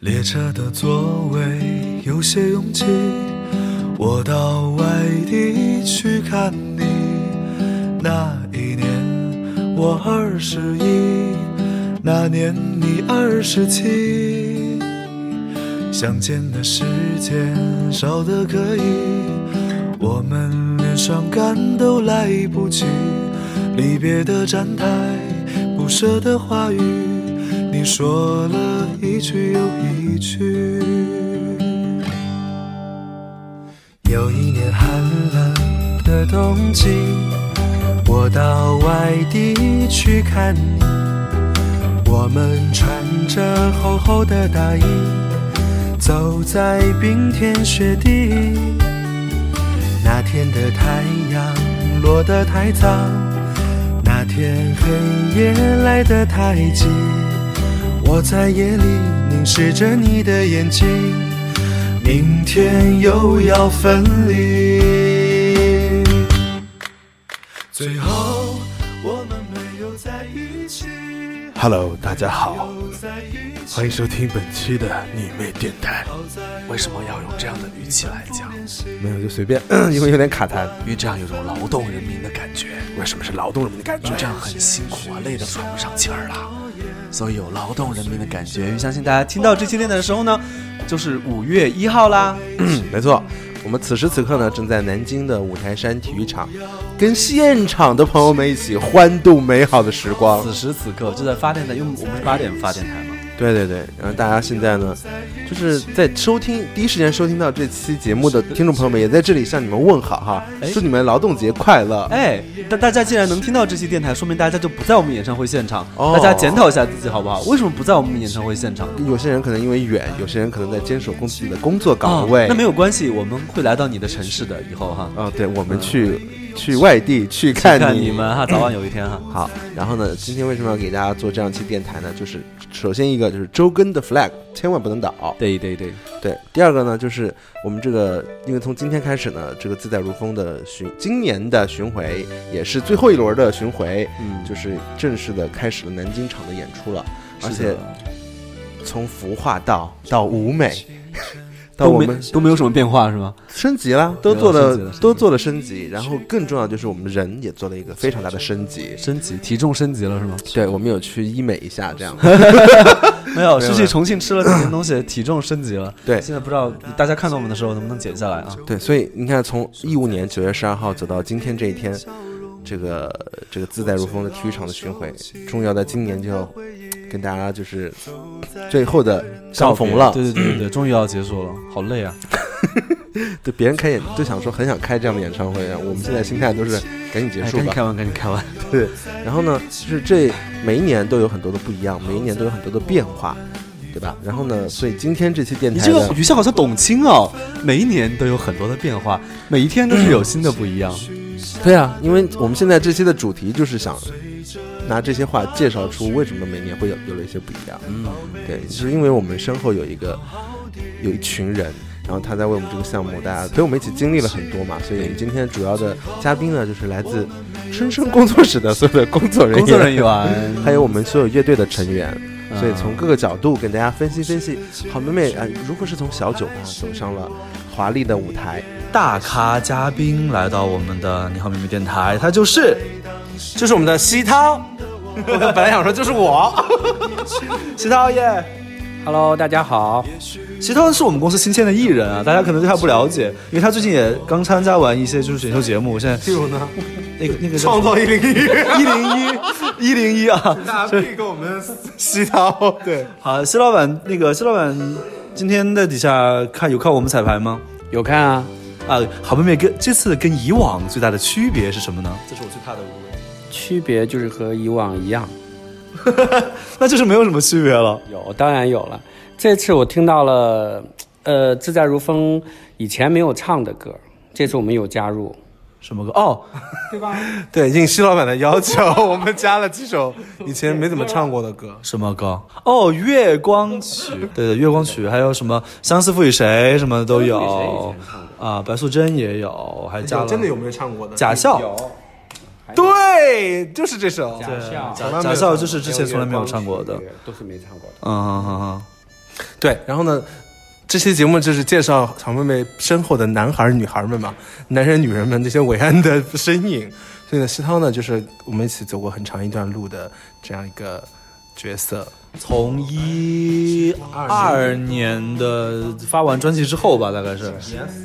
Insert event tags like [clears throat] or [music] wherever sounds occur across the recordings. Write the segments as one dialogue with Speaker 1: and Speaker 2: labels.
Speaker 1: 列车的座位有些拥挤，我到外地去看你。那一年我二十一，那年你二十七。相见的时间少得可以，我们连伤感都来不及。离别的站台，不舍的话语。你说了一句又一句。有一年寒冷的冬季，我到外地去看你，我们穿着厚厚的大衣，走在冰天雪地。那天的太阳落得太早，那天黑夜来得太急。我在夜里凝视着你的眼睛，明天又要分离。最后我们没有在一起。
Speaker 2: Hello，大家好，
Speaker 1: 欢
Speaker 2: 欢迎收听本期的你妹电台。
Speaker 3: 为什么要用这样的语气来讲？
Speaker 2: 没有就随便， [clears throat] 因为有点卡痰。
Speaker 3: 因为这样有种劳动人民的感觉，
Speaker 2: 为什么是劳动人民的感
Speaker 3: 就这样很辛苦啊，累得喘不上气儿了，所以有劳动人民的感觉。相信大家听到这期电台的时候呢，就是五月一号啦。
Speaker 2: 嗯
Speaker 3: [clears throat]
Speaker 2: 没错，我们此时此刻呢，正在南京的五台山体育场，跟现场的朋友们一起欢度美好的时光。
Speaker 3: 此时此刻就在发电台，因为我们是八点发电台嘛。
Speaker 2: 对对对，然后大家现在呢，就是在收听第一时间收听到这期节目的听众朋友们，也在这里向你们问好哈，
Speaker 3: 哎
Speaker 2: 祝你们劳动节快乐。
Speaker 3: 哎，大大家既然能听到这期电台，说明大家就不在我们演唱会现场。
Speaker 2: 哦
Speaker 3: 大家检讨一下自己好不好？为什么不在我们演唱会现场？
Speaker 2: 有些人可能因为远，有些人可能在坚守工自己的工作岗位。
Speaker 3: 哦那没有关系，我们会来到你的城市的。以后哈，
Speaker 2: 啊、对，我们去、去外地
Speaker 3: 去
Speaker 2: 去看
Speaker 3: 看你们
Speaker 2: [clears throat]
Speaker 3: 哈，早晚有一天哈。
Speaker 2: 好，然后呢，今天为什么要给大家做这样一期电台呢？就是首先一个就是周更的 flag 千万不能倒，
Speaker 3: 对对对，
Speaker 2: 对。第二个呢，就是我们这个，因为从今天开始呢，这个自在如风的巡，今年的巡回也是最后一轮的巡回，
Speaker 3: 嗯，
Speaker 2: 就是正式的开始了南京场的演出了，而
Speaker 3: 是的
Speaker 2: 且从服化道到舞美， [laughs] 到
Speaker 3: 都
Speaker 2: 我
Speaker 3: 没
Speaker 2: 们
Speaker 3: 都没有什么变化是吗？
Speaker 2: 升级了，都做
Speaker 3: 对啊升级
Speaker 2: 了
Speaker 3: 了
Speaker 2: 都做了升级，然后更重要就是我们人也做了一个非常大的升级。
Speaker 3: 升级，体重升级了是吗？
Speaker 2: 对，我们有去医美一下，这样。
Speaker 3: [laughs] 没有，
Speaker 2: 没
Speaker 3: 是
Speaker 2: 有
Speaker 3: 去重庆吃了几天东西，体重升级了。
Speaker 2: 对
Speaker 3: 现在不知道大家看到我们的时候能不能减下来啊？
Speaker 2: 对，所以你看，从一五年九月十二号走到今天这一天，这个这个自在如风的体育场的巡回，终于要在今年就要跟大家就是最后的相逢了。
Speaker 3: 对对对对对，终于要结束了，好累 [laughs] 啊！
Speaker 2: [laughs] 对，别人开演就想说很想开这样的演唱会，啊我们现在心态都是赶紧结
Speaker 3: 哎
Speaker 2: 束
Speaker 3: 赶紧
Speaker 2: 吧。
Speaker 3: 开完，赶紧开完。
Speaker 2: [laughs] 对，然后呢，就是这每一年都有很多的不一样，每一年都有很多的变化，对吧？然后呢，所以今天这期电
Speaker 3: 你
Speaker 2: 台
Speaker 3: 这
Speaker 2: 呢
Speaker 3: 个语气好像董卿哦，每一年都有很多的变化，每一天都是有新的不一样。
Speaker 2: [clears throat] 对啊，因为我们现在这期的主题就是想拿这些话介绍出为什么每年会有有了一些不一样。
Speaker 3: 嗯，
Speaker 2: 对，就是因为我们身后有一个有一群人，然后他在为我们这个项目，大家陪我们一起经历了很多嘛，所以我们今天主要的嘉宾呢，就是来自生生工作室的所有的工作人员，
Speaker 3: 工作人员，
Speaker 2: [laughs] 还有我们所有乐队的成员。
Speaker 3: 嗯
Speaker 2: 所以从各个角度跟大家分析分析，好妹妹啊、如何是从小酒吧走上了华丽的舞台？
Speaker 4: 大咖嘉宾来到我们的你好妹妹电台，他就是就是我们的西 [laughs] 涛。我本来想说就是 [laughs] 我，西涛耶。
Speaker 5: Hello，大家好，
Speaker 4: 西涛是我们公司新签的艺人啊，大家可能对他不了解，因为他最近也刚参加完一些就是选秀节目，现在
Speaker 2: 例如呢，
Speaker 4: 那个那个创造一零一一零一一零一 [laughs] 啊，
Speaker 2: 大家可以跟我们西涛对。
Speaker 4: 好，西老板那个西老板今天在底下看有看我们彩排吗？
Speaker 5: 有看啊？
Speaker 4: 啊，好妹妹跟这次跟以往最大的区别是什么呢？这是我最怕的问题，
Speaker 5: 区别就是和以往一
Speaker 2: [laughs]
Speaker 5: 样，
Speaker 4: 那就是没有什么区别了。
Speaker 5: 有当然有了。这次我听到了，呃，自在如风以前没有唱的歌，这次我们有加入，
Speaker 4: 什么歌？哦，
Speaker 5: 对吧？
Speaker 2: 对，应西老板的要求， [laughs] 我们加了几首以前没怎么唱过的歌。
Speaker 4: 什么歌？哦，《月光曲》对对，《月光曲》还有什么《相思赋予谁》什么的都有啊，白素贞也有，还加了
Speaker 2: 哎真的有没有唱过的？
Speaker 4: 假笑，
Speaker 2: 对，就是这首。
Speaker 5: 假笑，
Speaker 2: 从来没有
Speaker 4: 假笑就是之前从来没有唱过的，
Speaker 5: 都是没唱过的。
Speaker 4: 嗯嗯嗯嗯，
Speaker 2: 对，然后呢，这期节目就是介绍小妹妹身后的男孩儿、女孩儿们嘛，男人、女人们这些伟岸的身影。所以呢，西涛呢，就是我们一起走过很长一段路的这样一个角色。
Speaker 4: 从一二年的发完专辑之后吧，大概是，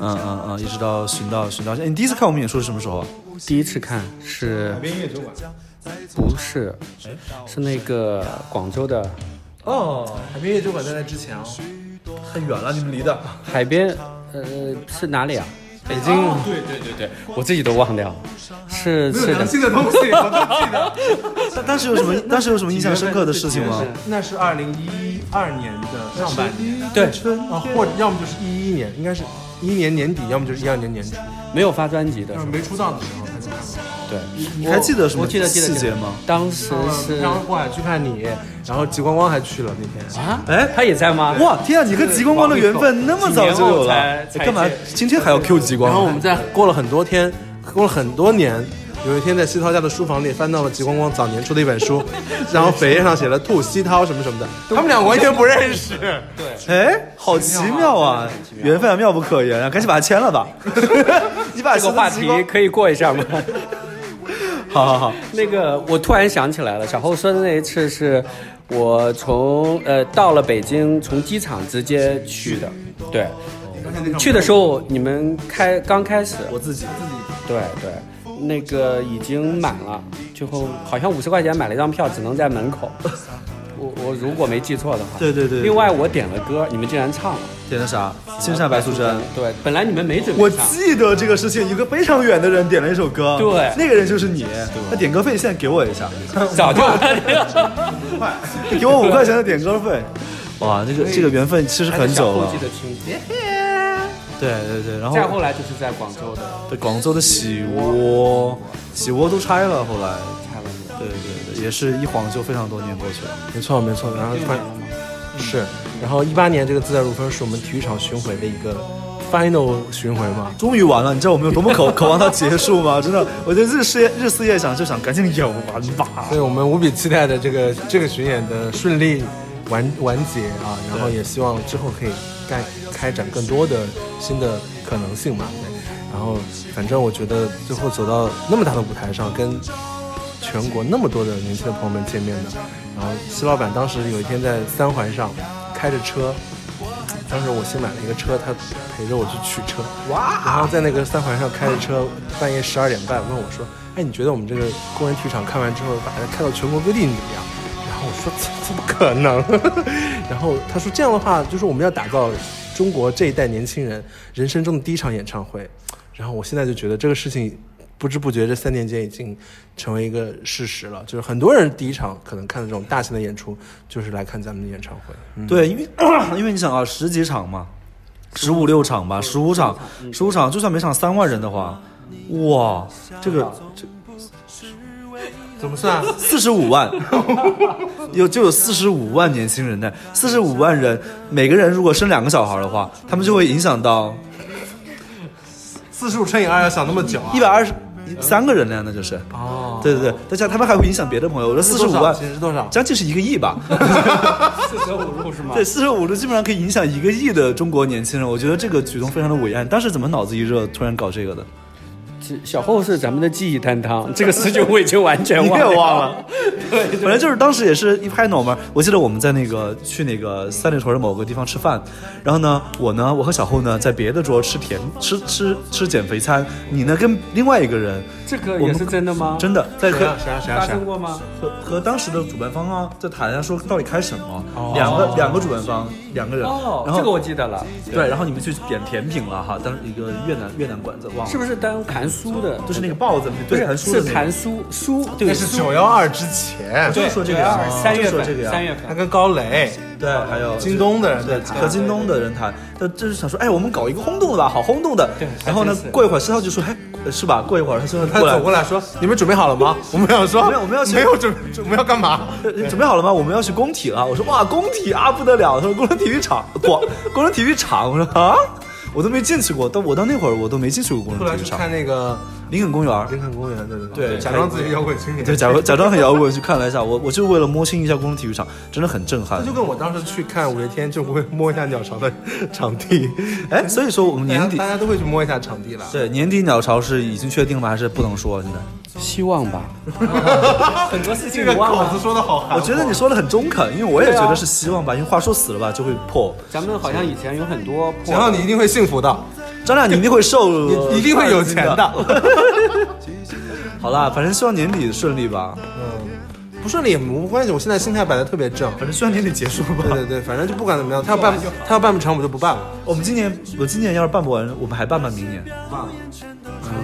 Speaker 4: 嗯嗯嗯，一直到寻到寻到。哎你第一次看我们演出是什么时候啊？
Speaker 5: 第一次看是不是是那个广州的
Speaker 4: 哦，
Speaker 2: 海边夜酒馆在那之前哦，
Speaker 4: 太远了，你们离的。
Speaker 5: 海边，呃，是哪里啊？北京。
Speaker 2: 哦
Speaker 4: 哦
Speaker 5: 对对对对，我自己都忘掉了。
Speaker 4: [laughs]
Speaker 5: 是是的，
Speaker 2: 的东西我都记得。
Speaker 4: 当当时有什么？当时有什么印象深刻的事情吗？
Speaker 2: 那是二零一二年的上半年，
Speaker 5: 对，
Speaker 2: 啊，或者要么就是一一年，应该是一一年年底，要么就是一二年年初，
Speaker 5: 没有发专辑的时
Speaker 2: 就是
Speaker 5: 候，
Speaker 2: 没出道的时候他就看了。
Speaker 5: 对，
Speaker 4: 你还记得什么
Speaker 5: 我记得记得
Speaker 4: 细
Speaker 5: 记
Speaker 4: 节
Speaker 5: 得
Speaker 4: 吗？
Speaker 5: 当时是
Speaker 2: 然后过海去看你，然后吉光光还去了那天。
Speaker 5: 啊，
Speaker 4: 哎
Speaker 5: 他也在吗？
Speaker 4: 哇，天啊！你和极光光的缘分那么早就有了，哎
Speaker 5: 几年后才
Speaker 4: 干嘛
Speaker 5: 才见
Speaker 4: 今天还要 Q 极光？
Speaker 2: 然后我们在过了很多天，过了很多年，有一天在西涛家的书房里翻到了吉光光早年出的一
Speaker 4: [laughs]
Speaker 2: 本书，然后扉页上写了“兔西涛”什么什么的，他们俩完全不认识。
Speaker 4: 哎，好奇妙啊！缘分啊，妙不可言啊！赶紧把它签了
Speaker 5: [laughs]
Speaker 4: 吧。你把
Speaker 5: 这个话题可以过一下吗？
Speaker 4: [laughs] 好好好，
Speaker 5: 那个，我突然想起来了，小后说的那一次是我从呃到了北京，从机场直接去的，对。去的时候你们开刚开始，我自己，对对，那个已经满了，最后好像五十块钱买了一张票，只能在
Speaker 4: [laughs]
Speaker 5: 门口。我我如果没记错的话，
Speaker 4: 对对对对
Speaker 5: 另外我点了歌，你们竟然唱了。
Speaker 4: 点的啥？青山白素贞。
Speaker 5: 对，本来你们没准备
Speaker 4: 我
Speaker 5: 唱。
Speaker 4: 记得这个事情，一个非常远的人点了一首歌，
Speaker 5: 对
Speaker 4: 那个人就是你。那点歌费现在给我一下，
Speaker 5: 早就
Speaker 4: 给我五块钱的点歌费。哎哇，这个这个缘分其实很久
Speaker 5: 小
Speaker 4: 了
Speaker 5: 后记。得清楚。
Speaker 4: 对对对，然
Speaker 5: 再
Speaker 4: 后
Speaker 5: 后来就是在广州的
Speaker 4: 对广州的喜窝，喜窝都拆了，后来。对对对，也是一晃就非常多年过去了。
Speaker 2: 没错没错，然后突然
Speaker 4: 嗯
Speaker 2: 是，然后一八年这个自在如风是我们体育场巡回的一个 final 巡回嘛，
Speaker 4: 终于完了，你知道我们有多么渴 [laughs] 渴望它结束吗？真的，我就日思夜日思夜想，就想赶紧演完吧
Speaker 2: 所。以我们无比期待的这个这个巡演的顺利完完结啊，然后也希望之后可以盖开展更多的新的可能性嘛。对，然后反正我觉得最后走到那么大的舞台上，跟全国那么多的年轻的朋友们见面的，然后西老板当时有一天在三环上开着车。当时我新买了一个车，他陪着我去取车，哇！然后在那个三环上开着车，半夜十二点半问我说：“哎，你觉得我们这个工人体育场看完之后，把它开到全国各地，你怎么样？”然后我说：“怎怎么可能？” [laughs] 然后他说：“这样的话，就是我们要打造中国这一代年轻人人生中的第一场演唱会。”然后我现在就觉得这个事情。不知不觉，这三年间已经成为一个事实了。就是很多人第一场可能看的这种大型的演出，就是来看咱们的演唱会。嗯，
Speaker 4: 对，因为因为你想啊，十几场嘛，十五六场吧，十五场，嗯十五场，就算每场三万人的话，哇，这个这
Speaker 2: 怎么算？
Speaker 4: 四十五
Speaker 2: [laughs]
Speaker 4: 万，有就有四十五万年轻人呢，四十五万人，每个人如果生两个小孩的话，他们就会影响到
Speaker 2: 四十五乘以二要想那么久啊
Speaker 4: 一？百二十三个人呢，那就是。
Speaker 2: 哦，
Speaker 4: 对对对，但是他们还会影响别的朋友。我说四十五万，
Speaker 2: 其实多少？
Speaker 4: 将近是一个亿
Speaker 2: [laughs]
Speaker 4: 吧。
Speaker 5: 四舍五入是吗
Speaker 4: 对，四舍五入基本上可以影响一个亿的中国年轻人，我觉得这个举动非常的伟岸。当时怎么脑子一热，突然搞这个的？
Speaker 5: 小后是咱们的记忆担当，啊这个事情我已经完全 [laughs]
Speaker 4: 你
Speaker 5: 忘
Speaker 4: 也
Speaker 5: 了。
Speaker 4: 忘 [laughs] 了，对，反正就是当时也是一拍脑门儿。我记得我们在那个去那个三里屯的某个地方吃饭，然后呢，我呢，我和小厚呢在别的桌吃甜吃吃吃减肥餐，你呢跟另外一个人，
Speaker 5: 这个也是真的吗？
Speaker 4: 真的在和
Speaker 2: 谁啊谁啊
Speaker 5: 发
Speaker 2: 谁啊
Speaker 5: 生？过吗？
Speaker 4: 和和当时的主办方啊在谈啊，说到底开什么？两个两个主办方，两个人，
Speaker 5: 哦，
Speaker 4: 然后
Speaker 5: 这个我记得了，
Speaker 4: 对，然后你们去点甜品了哈，当时一个越南越南馆子忘了，
Speaker 5: 是不是当谭苏的？
Speaker 4: 就是那个豹子，
Speaker 5: 不
Speaker 4: 对，
Speaker 5: 是
Speaker 4: 很舒服
Speaker 5: 是
Speaker 4: 的那个
Speaker 5: 谭苏苏，对，
Speaker 2: 那是
Speaker 5: 苏
Speaker 2: 九幺二之前，
Speaker 4: 就是说这个呀
Speaker 5: 912
Speaker 4: 哦
Speaker 5: 三
Speaker 4: 就
Speaker 5: 月
Speaker 4: 是说这个
Speaker 5: 份，
Speaker 4: 呀
Speaker 5: 三月
Speaker 2: 他
Speaker 5: 份。
Speaker 2: 跟高磊、
Speaker 4: 对，还有
Speaker 2: 京东的人在
Speaker 4: 和
Speaker 2: 谈。
Speaker 4: 京东的人谈，他就是想说，哎，我们搞一个轰动的吧，好轰动的
Speaker 5: 对。
Speaker 4: 然后呢
Speaker 5: 还真是，
Speaker 4: 过一会儿，石涛就说，哎，呃是吧？过一会儿他就
Speaker 2: 他
Speaker 4: 过来
Speaker 2: 走，过来说：“你们准备好
Speaker 4: [laughs]
Speaker 2: 了吗？”我们想说：“
Speaker 4: 没有我们要去
Speaker 2: 没有准备，我们要干嘛
Speaker 4: 呃 [laughs] 准备好了吗？我们要去工体了。我说哇，工体啊不得了！他说工人体育场， [laughs] 广工人体育场。我说啊，我都没进去过，到我到那会儿我都没进去过？”工
Speaker 2: 后来
Speaker 4: 人体
Speaker 2: 就
Speaker 4: 育场，
Speaker 2: 看那个
Speaker 4: 林肯公园。
Speaker 2: 林肯公园，对对
Speaker 4: 对
Speaker 2: 假装自己摇滚青年，
Speaker 4: [laughs] 对，假装假装很摇滚去看了一下，我我就为了摸清一下工人体育场，真的很震撼
Speaker 2: 那。 [laughs] 就跟我当时去看五月天， [laughs] 就会摸一下鸟巢的场地，
Speaker 4: 哎，所以说我们
Speaker 2: 大家
Speaker 4: 年底
Speaker 2: 大家都会去摸一下场地了。
Speaker 4: 对年底鸟巢是已经确定了吗？还是不能说了？现在？啊
Speaker 5: 希望吧。很多事
Speaker 2: 这
Speaker 5: 情
Speaker 2: 个
Speaker 5: 你忘
Speaker 2: 口
Speaker 5: 了
Speaker 2: 子，说的好啊含
Speaker 4: 我
Speaker 2: 糊，
Speaker 4: 觉得你说的很中肯，因为我也觉得是希望吧，因为话说死了吧就会破。
Speaker 5: 咱们好像以前有很多破。
Speaker 2: 然后你一定会幸福的，
Speaker 4: 张亮，你一定会瘦，
Speaker 2: 你一定会有钱的。
Speaker 4: [laughs] 好啦，反正希望年底顺利吧，
Speaker 2: 嗯不顺利也无关系，我现在心态摆的特别正。
Speaker 4: 反正希望年底结束吧。
Speaker 2: 对对对，反正就不管怎么样，他
Speaker 4: [laughs]
Speaker 2: 要办他要办不成，我就不办了。
Speaker 4: 我们今年，我今年要是办不完，我们还办不办明年？
Speaker 2: 嗯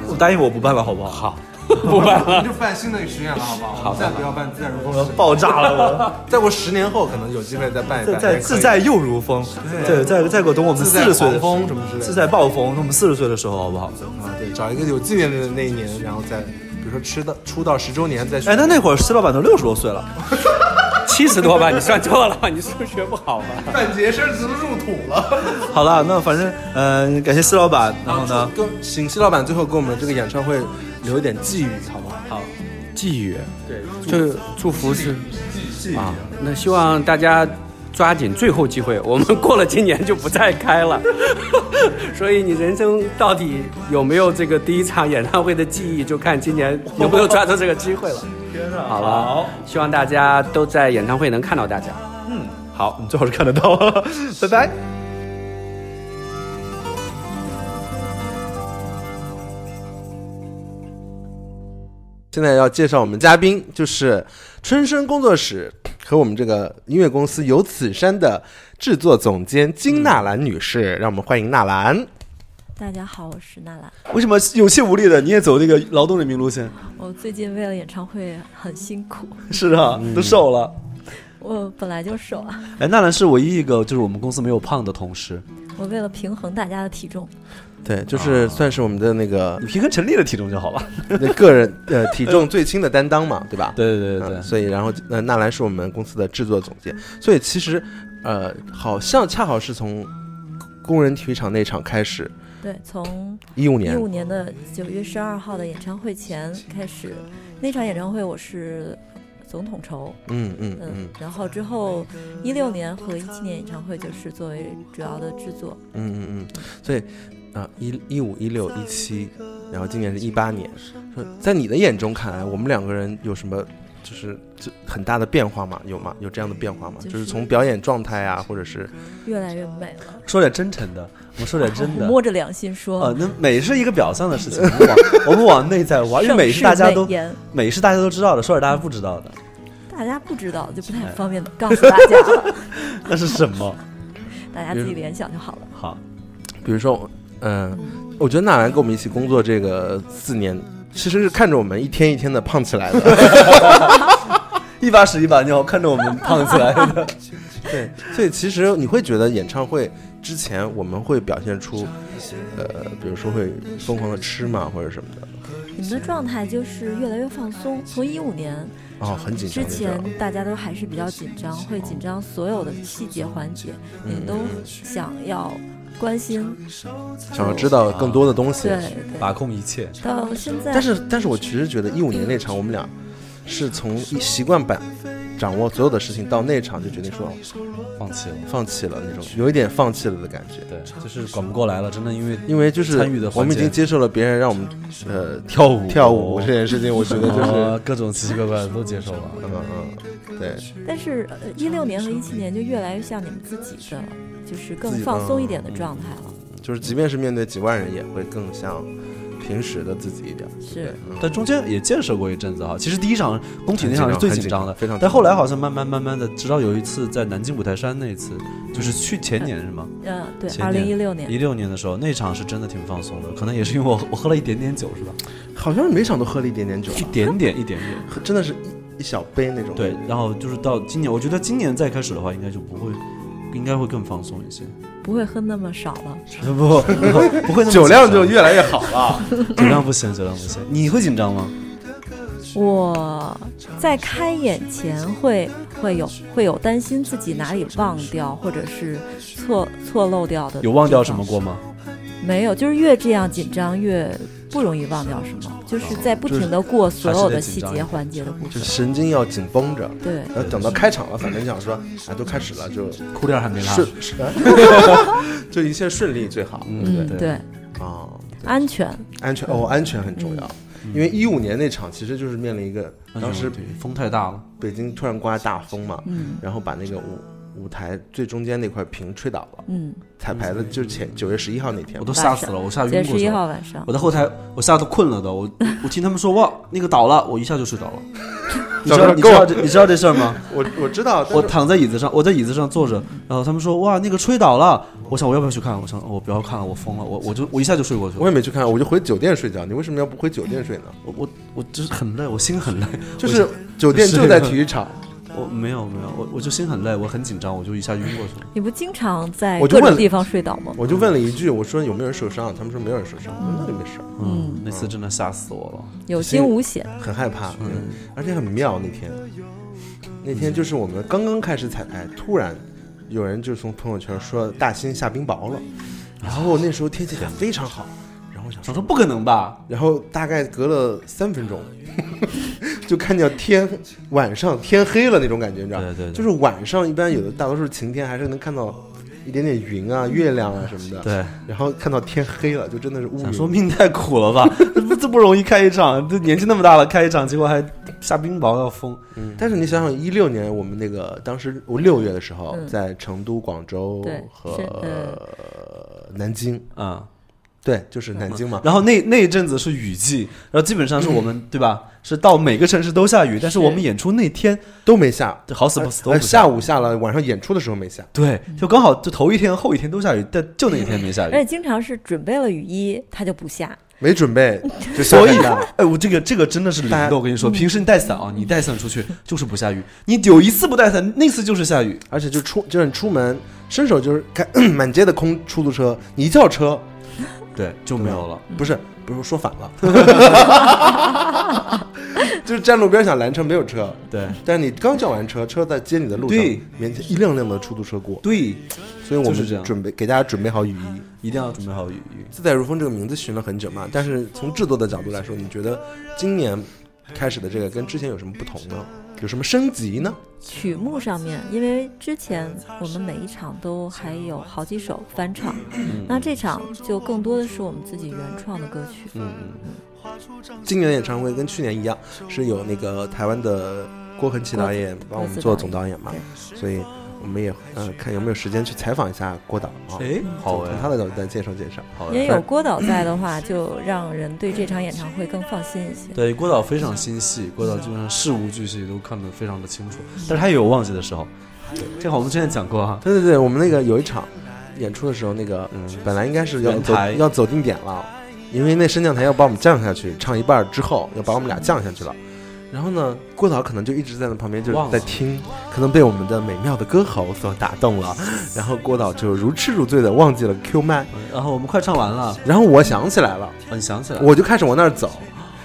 Speaker 4: 我答应我不办了，好 [laughs] 不好？好，
Speaker 5: 不办了。
Speaker 2: 就办新的实验了，好不好？好，再不要办自然如风。
Speaker 4: 爆炸了
Speaker 2: [laughs] 再过十年后，可能有机会再办一
Speaker 4: 我！
Speaker 2: 办。
Speaker 4: 在自在又如风，对，再再过等我们
Speaker 2: 自
Speaker 4: 四
Speaker 2: 在
Speaker 4: 十岁的
Speaker 2: 狂风什么之类的
Speaker 4: 自在暴风，等我们四十岁的时候，好不好？
Speaker 2: 啊，对，找一个有纪念日的那一年，然后再比如说
Speaker 4: [laughs]
Speaker 2: 吃到出道十周年再去。
Speaker 4: 哎，那那会儿石老板都六十多
Speaker 2: [laughs]
Speaker 4: 岁了，
Speaker 5: 七十多吧，你算错了吧？你数学不好吧？
Speaker 2: 范杰生是入土了。
Speaker 4: 好了，那反正，嗯，感谢石老板，然后呢，
Speaker 2: 啊跟请西老板最后给我们这个演唱会留一点寄语，好不好？好，
Speaker 5: 寄语，对，就祝福是啊。那希望大家抓紧最后机会，我们过了今年就不再开了。 [laughs] 所以你人生到底有没有这个第一场演唱会的记忆，就看今年有没有抓住这个机会了。好了，希望大家都在演唱会能看到大家。
Speaker 3: 嗯
Speaker 4: 好，你最好是看得到，拜拜。
Speaker 2: 现在要介绍我们嘉宾，就是春生工作室和我们这个音乐公司有此山的制作总监金纳兰女士，让我们欢迎纳兰。
Speaker 6: 大家好，我是娜兰。
Speaker 3: 为什么有气无力的你也走这个劳动人民路线？
Speaker 6: 我最近为了演唱会很辛苦，
Speaker 4: 是啊，都瘦了。
Speaker 6: 我本来就瘦啊，
Speaker 3: 嗯哎，纳兰是唯一一个就是我们公司没有胖的同事，
Speaker 6: 我为了平衡大家的体重，
Speaker 2: 对，就是算是我们的那个
Speaker 3: 你平啊衡陈丽的体重就好了。
Speaker 2: 那 [laughs] 个人呃体重最轻的担
Speaker 3: [laughs]
Speaker 2: 当嘛，对吧？
Speaker 3: 对对对
Speaker 2: 嗯
Speaker 3: 对对，
Speaker 2: 所以然后呃，纳兰是我们公司的制作总监，所以其实呃，好像恰好是从工人体育场那场开始，
Speaker 6: 对，从
Speaker 2: 一五
Speaker 6: 一
Speaker 2: 年
Speaker 6: 五年的九月十二号的演唱会前开始，那场演唱会我是总统筹，
Speaker 2: 嗯嗯
Speaker 6: 嗯
Speaker 2: 嗯，
Speaker 6: 然后之后一六年和一七年演唱会就是作为主要的制作，
Speaker 2: 嗯嗯嗯，所以啊，一一五一六一七，然后今年是一八年，说在你的眼中看来，我们两个人有什么就是这很大的变化吗？有吗？有这样的变化吗？
Speaker 6: 就
Speaker 2: 就是
Speaker 6: 是
Speaker 2: 从表演状态啊，或者是
Speaker 6: 越来越美了。
Speaker 3: 说点真诚的，我们说点真
Speaker 6: 我
Speaker 3: 的。
Speaker 6: 摸着良心说，
Speaker 3: 啊，那美是一个表象的 [laughs] 事情，我们往我们往内在挖，因为美是大家
Speaker 6: 盛世
Speaker 3: 都
Speaker 6: 美颜
Speaker 3: 美是大家都知道的，说点大家不知道的，
Speaker 6: 大家不知道就不太方便告诉大家了，
Speaker 3: 哎 [laughs] 那是什么？
Speaker 6: 大家自己联想就好了。
Speaker 3: 好，
Speaker 2: 比如说，嗯、我觉得纳兰跟我们一起工作这个四年，其实是看着我们一天一天的胖起来的。
Speaker 3: [laughs] 一把屎一把尿，看着我们胖起来的。
Speaker 2: [laughs] 对，所以其实你会觉得演唱会之前我们会表现出，呃，比如说会疯狂的吃嘛，或者什么的，
Speaker 6: 你们的状态就是越来越放松。从一五年
Speaker 2: 哦，很紧
Speaker 6: 之
Speaker 2: 张那
Speaker 6: 前
Speaker 2: 种。，
Speaker 6: 大家都还是比较紧张，会紧张所有的细节环节，
Speaker 2: 嗯
Speaker 6: 你们都想要关心。
Speaker 2: 想要知道更多的东西。
Speaker 6: 对对，
Speaker 3: 把控一切，
Speaker 6: 到现在，
Speaker 2: 但是，但是我其实觉得一五年那场我们俩是从一习惯把掌握所有的事情到那场就决定说
Speaker 3: 放弃了。
Speaker 2: 放弃了那种，有一点放弃了的感觉。
Speaker 3: 对， [laughs] 就是管不过来了，真的，因为
Speaker 2: 因为就是
Speaker 3: 参与的环节
Speaker 2: 我们已经接受了别人让我们呃
Speaker 3: 跳舞
Speaker 2: 跳舞这件事情，我觉得就是
Speaker 3: 呃各种奇奇怪怪的都接受了。
Speaker 2: 嗯嗯，对，
Speaker 6: 但是，呃，一六年和一七年就越来越像你们自己的，就是更
Speaker 2: 自己
Speaker 6: 放松一点的状态了。
Speaker 2: 就是即便是面对几万人，也会更像平时的自己一点。对
Speaker 6: 是，
Speaker 2: 嗯
Speaker 3: 但中间也建设过一阵子哈，其实第一场工体那场是最紧张的，
Speaker 2: 很紧张很紧张非常紧张
Speaker 3: 但后来好像慢慢慢慢的，直到有一次在南京五台山那一次，就是去前年是吗？
Speaker 6: 嗯、对，
Speaker 3: 前
Speaker 6: 二零一
Speaker 3: 年
Speaker 6: 六年
Speaker 3: 一六年的时候，那场是真的挺放松的，可能也是因为我我喝了一点点酒是吧？
Speaker 2: 好像是每场都喝了一点点酒
Speaker 3: 一
Speaker 2: 吧，
Speaker 3: 点点一点点，
Speaker 2: 喝真的是一一小杯那种。
Speaker 3: 对，然后就是到今年，我觉得今年再开始的话，应该就不会
Speaker 4: 应该会更放松一些。
Speaker 6: 不会喝那么少
Speaker 2: [laughs]
Speaker 6: 了。
Speaker 4: 不不不会那么
Speaker 2: 酒量就
Speaker 4: 紧
Speaker 2: 越来越好了。
Speaker 4: 张酒量不行，酒量不行。你会紧张吗？
Speaker 6: 我在开演前会会有会有担心自己哪里忘掉，或者是错错漏掉的。
Speaker 4: 有忘掉什么过？吗？
Speaker 6: 没有，就是越这样紧张越不容易忘掉什么，就是在不停的过所有的细节环节的部
Speaker 2: 就
Speaker 6: 分。
Speaker 2: 神经要紧绷着，
Speaker 6: 对，
Speaker 2: 然后等到开场了，反正想说啊，都开始了，
Speaker 4: [laughs]
Speaker 2: 就
Speaker 4: 裤链还没拉。
Speaker 2: 顺，顺 [laughs] 就一切顺利最好。
Speaker 6: 嗯，
Speaker 4: 对
Speaker 6: 对，
Speaker 2: 啊，
Speaker 6: 安全。嗯
Speaker 2: 安全哦，安全很重要，因为一五年那场其实就是面临一个，当时
Speaker 4: 哎对风太大了，
Speaker 2: 北京突然刮大风嘛，
Speaker 6: 嗯
Speaker 2: 然后把那个舞舞台最中间那块屏吹倒了，
Speaker 6: 嗯，
Speaker 2: 彩排的就是前九月十一号那天
Speaker 4: 我，都吓死了，我吓晕
Speaker 6: 九月
Speaker 4: 过
Speaker 6: 十
Speaker 4: 去
Speaker 6: 一
Speaker 4: 了。
Speaker 6: 号晚上
Speaker 4: 我，在后台，我吓得困了都。我我听他们说哇，那个倒了，我一下就睡着
Speaker 2: [laughs]
Speaker 4: 了。你知
Speaker 2: 早
Speaker 4: 道
Speaker 2: 上
Speaker 4: 你
Speaker 2: 够
Speaker 4: 知道
Speaker 2: 了
Speaker 4: 这你知道这事儿吗？
Speaker 2: [laughs] 我我知道，
Speaker 4: 我
Speaker 2: 但是
Speaker 4: 躺在椅子上，我在椅子上坐着，然后他们说哇，那个吹倒了。我想我要不要去看？我想哦我不要看了，我疯了，我我就我一下就睡过去
Speaker 2: 我
Speaker 4: 了。
Speaker 2: 也没去看，我就回酒店睡觉。你为什么要不回酒店睡呢？
Speaker 4: 我我我就是很累，我心很累，
Speaker 2: 就是酒店就在体育场，
Speaker 4: 我没有没有，我我就心很累，我很紧张，我就一下晕过去了。
Speaker 6: 你不经常在
Speaker 2: 我就
Speaker 6: 各种
Speaker 2: 问
Speaker 6: 地方 [laughs] 睡倒吗？
Speaker 2: 我就问了一句，我说有没有人受伤？他们说没有人受伤，我说那就没事儿。
Speaker 4: 嗯，那次真的吓死我了。
Speaker 6: 有惊无险。
Speaker 2: 很害怕，嗯，而且很妙那天，那天就是我们刚刚开始彩排，突然有人就从朋友圈说大兴下冰雹了，然后那时候天气也非常好，然后我想
Speaker 4: 想说
Speaker 2: 说，
Speaker 4: 不可能吧？
Speaker 2: 然后大概隔了三分钟， [laughs] 就看见天晚上天黑了那种感觉，你知道吗？
Speaker 4: 对对对
Speaker 2: 就是晚上一般有的大多数晴天还是能看到一点点云啊、月亮啊什么的，。
Speaker 4: 对，
Speaker 2: 然后看到天黑了，就真的是乌
Speaker 4: 想
Speaker 2: 云。
Speaker 4: 说命太苦了吧？这不这不容易开一场，这年纪那么大了开一场，结果还下冰雹要疯。
Speaker 2: 但是你想想，一六年我们那个当时我六月的时候，
Speaker 6: 嗯
Speaker 2: 在成都、广州
Speaker 6: 对
Speaker 2: 和
Speaker 6: 是嗯
Speaker 2: 南京，
Speaker 4: 嗯，
Speaker 2: 对，就是南京嘛。
Speaker 4: [laughs] 然后那那一阵子是雨季，然后基本上是我们、对吧？是到每个城市都下雨，但是我们演出那天
Speaker 2: 都没下，
Speaker 4: 好死不死都
Speaker 2: 呃
Speaker 4: 不
Speaker 2: 下午下了，晚上演出的时候没下。
Speaker 4: 对，就刚好就头一天后一天都下雨，但就那一天没下
Speaker 6: 而且
Speaker 4: 雨。
Speaker 6: 经常是准备了雨衣，它就不下。
Speaker 2: 没准备，就下
Speaker 4: 所以
Speaker 2: 太大了，
Speaker 4: 哎，我这个这个真的是灵
Speaker 2: 大家
Speaker 4: 的，我跟你说，平时你带伞啊，你带伞出去就是不下雨，你有一次不带伞，那次就是下雨。
Speaker 2: 而且就出就是你出门伸手就是看 [clears throat] 满街的空出租车，你一叫车，
Speaker 4: 对，就没有了。
Speaker 2: 不是不是我说反
Speaker 4: [laughs]
Speaker 2: 了， [laughs] 就是站路边想拦车没有车，
Speaker 4: 对
Speaker 2: 但是你刚叫完车，车在接你的路上
Speaker 4: 对，
Speaker 2: 面前一辆辆的出租车过，
Speaker 4: 对，
Speaker 2: 所以我
Speaker 4: 就是这样
Speaker 2: 们准备给大家准备好雨衣。
Speaker 4: 一定要准备好雨雨。
Speaker 2: 自在如风这个名字寻了很久嘛，但是从制作的角度来说，你觉得今年开始的这个跟之前有什么不同呢？有什么升级呢？
Speaker 6: 曲目上面，因为之前我们每一场都还有好几首翻唱，
Speaker 4: 嗯
Speaker 6: 那这场就更多的是我们自己原创的歌曲。
Speaker 2: 嗯嗯。今年的演唱会跟去年一样，是有那个台湾的郭恒奇导演帮我们做总导演嘛，所以我们也呃看有没有时间去采访一下郭导啊，
Speaker 4: 哎，好
Speaker 2: 从
Speaker 4: 哎，
Speaker 2: 他的角度再介绍介绍。
Speaker 4: 好
Speaker 6: 因
Speaker 4: 哎
Speaker 6: 为。有郭导在的话，就让人对这场演唱会更放心一些。
Speaker 4: 对，郭导非常心细，郭导基本上事无巨细都看得非常的清楚，但是他也有忘记的时候。这个我们之前讲过哈，
Speaker 2: 对对对，我们那个有一场演出的时候，那个嗯，本来应该是要
Speaker 4: 圆
Speaker 2: 走
Speaker 4: 台
Speaker 2: 要走定点了，因为那升降台要把我们降下去，唱一半儿之后要把我们俩降下去了。然后呢，郭导可能就一直在那旁边就是
Speaker 4: 忘了
Speaker 2: 在听，可能被我们的美妙的歌喉所打动了，然后郭导就如痴如醉的忘记了 Q 麦，
Speaker 4: 然后我们快唱完了，
Speaker 2: 然后我想起来了，
Speaker 4: 哦你想起来了？
Speaker 2: 我就开始往那儿走，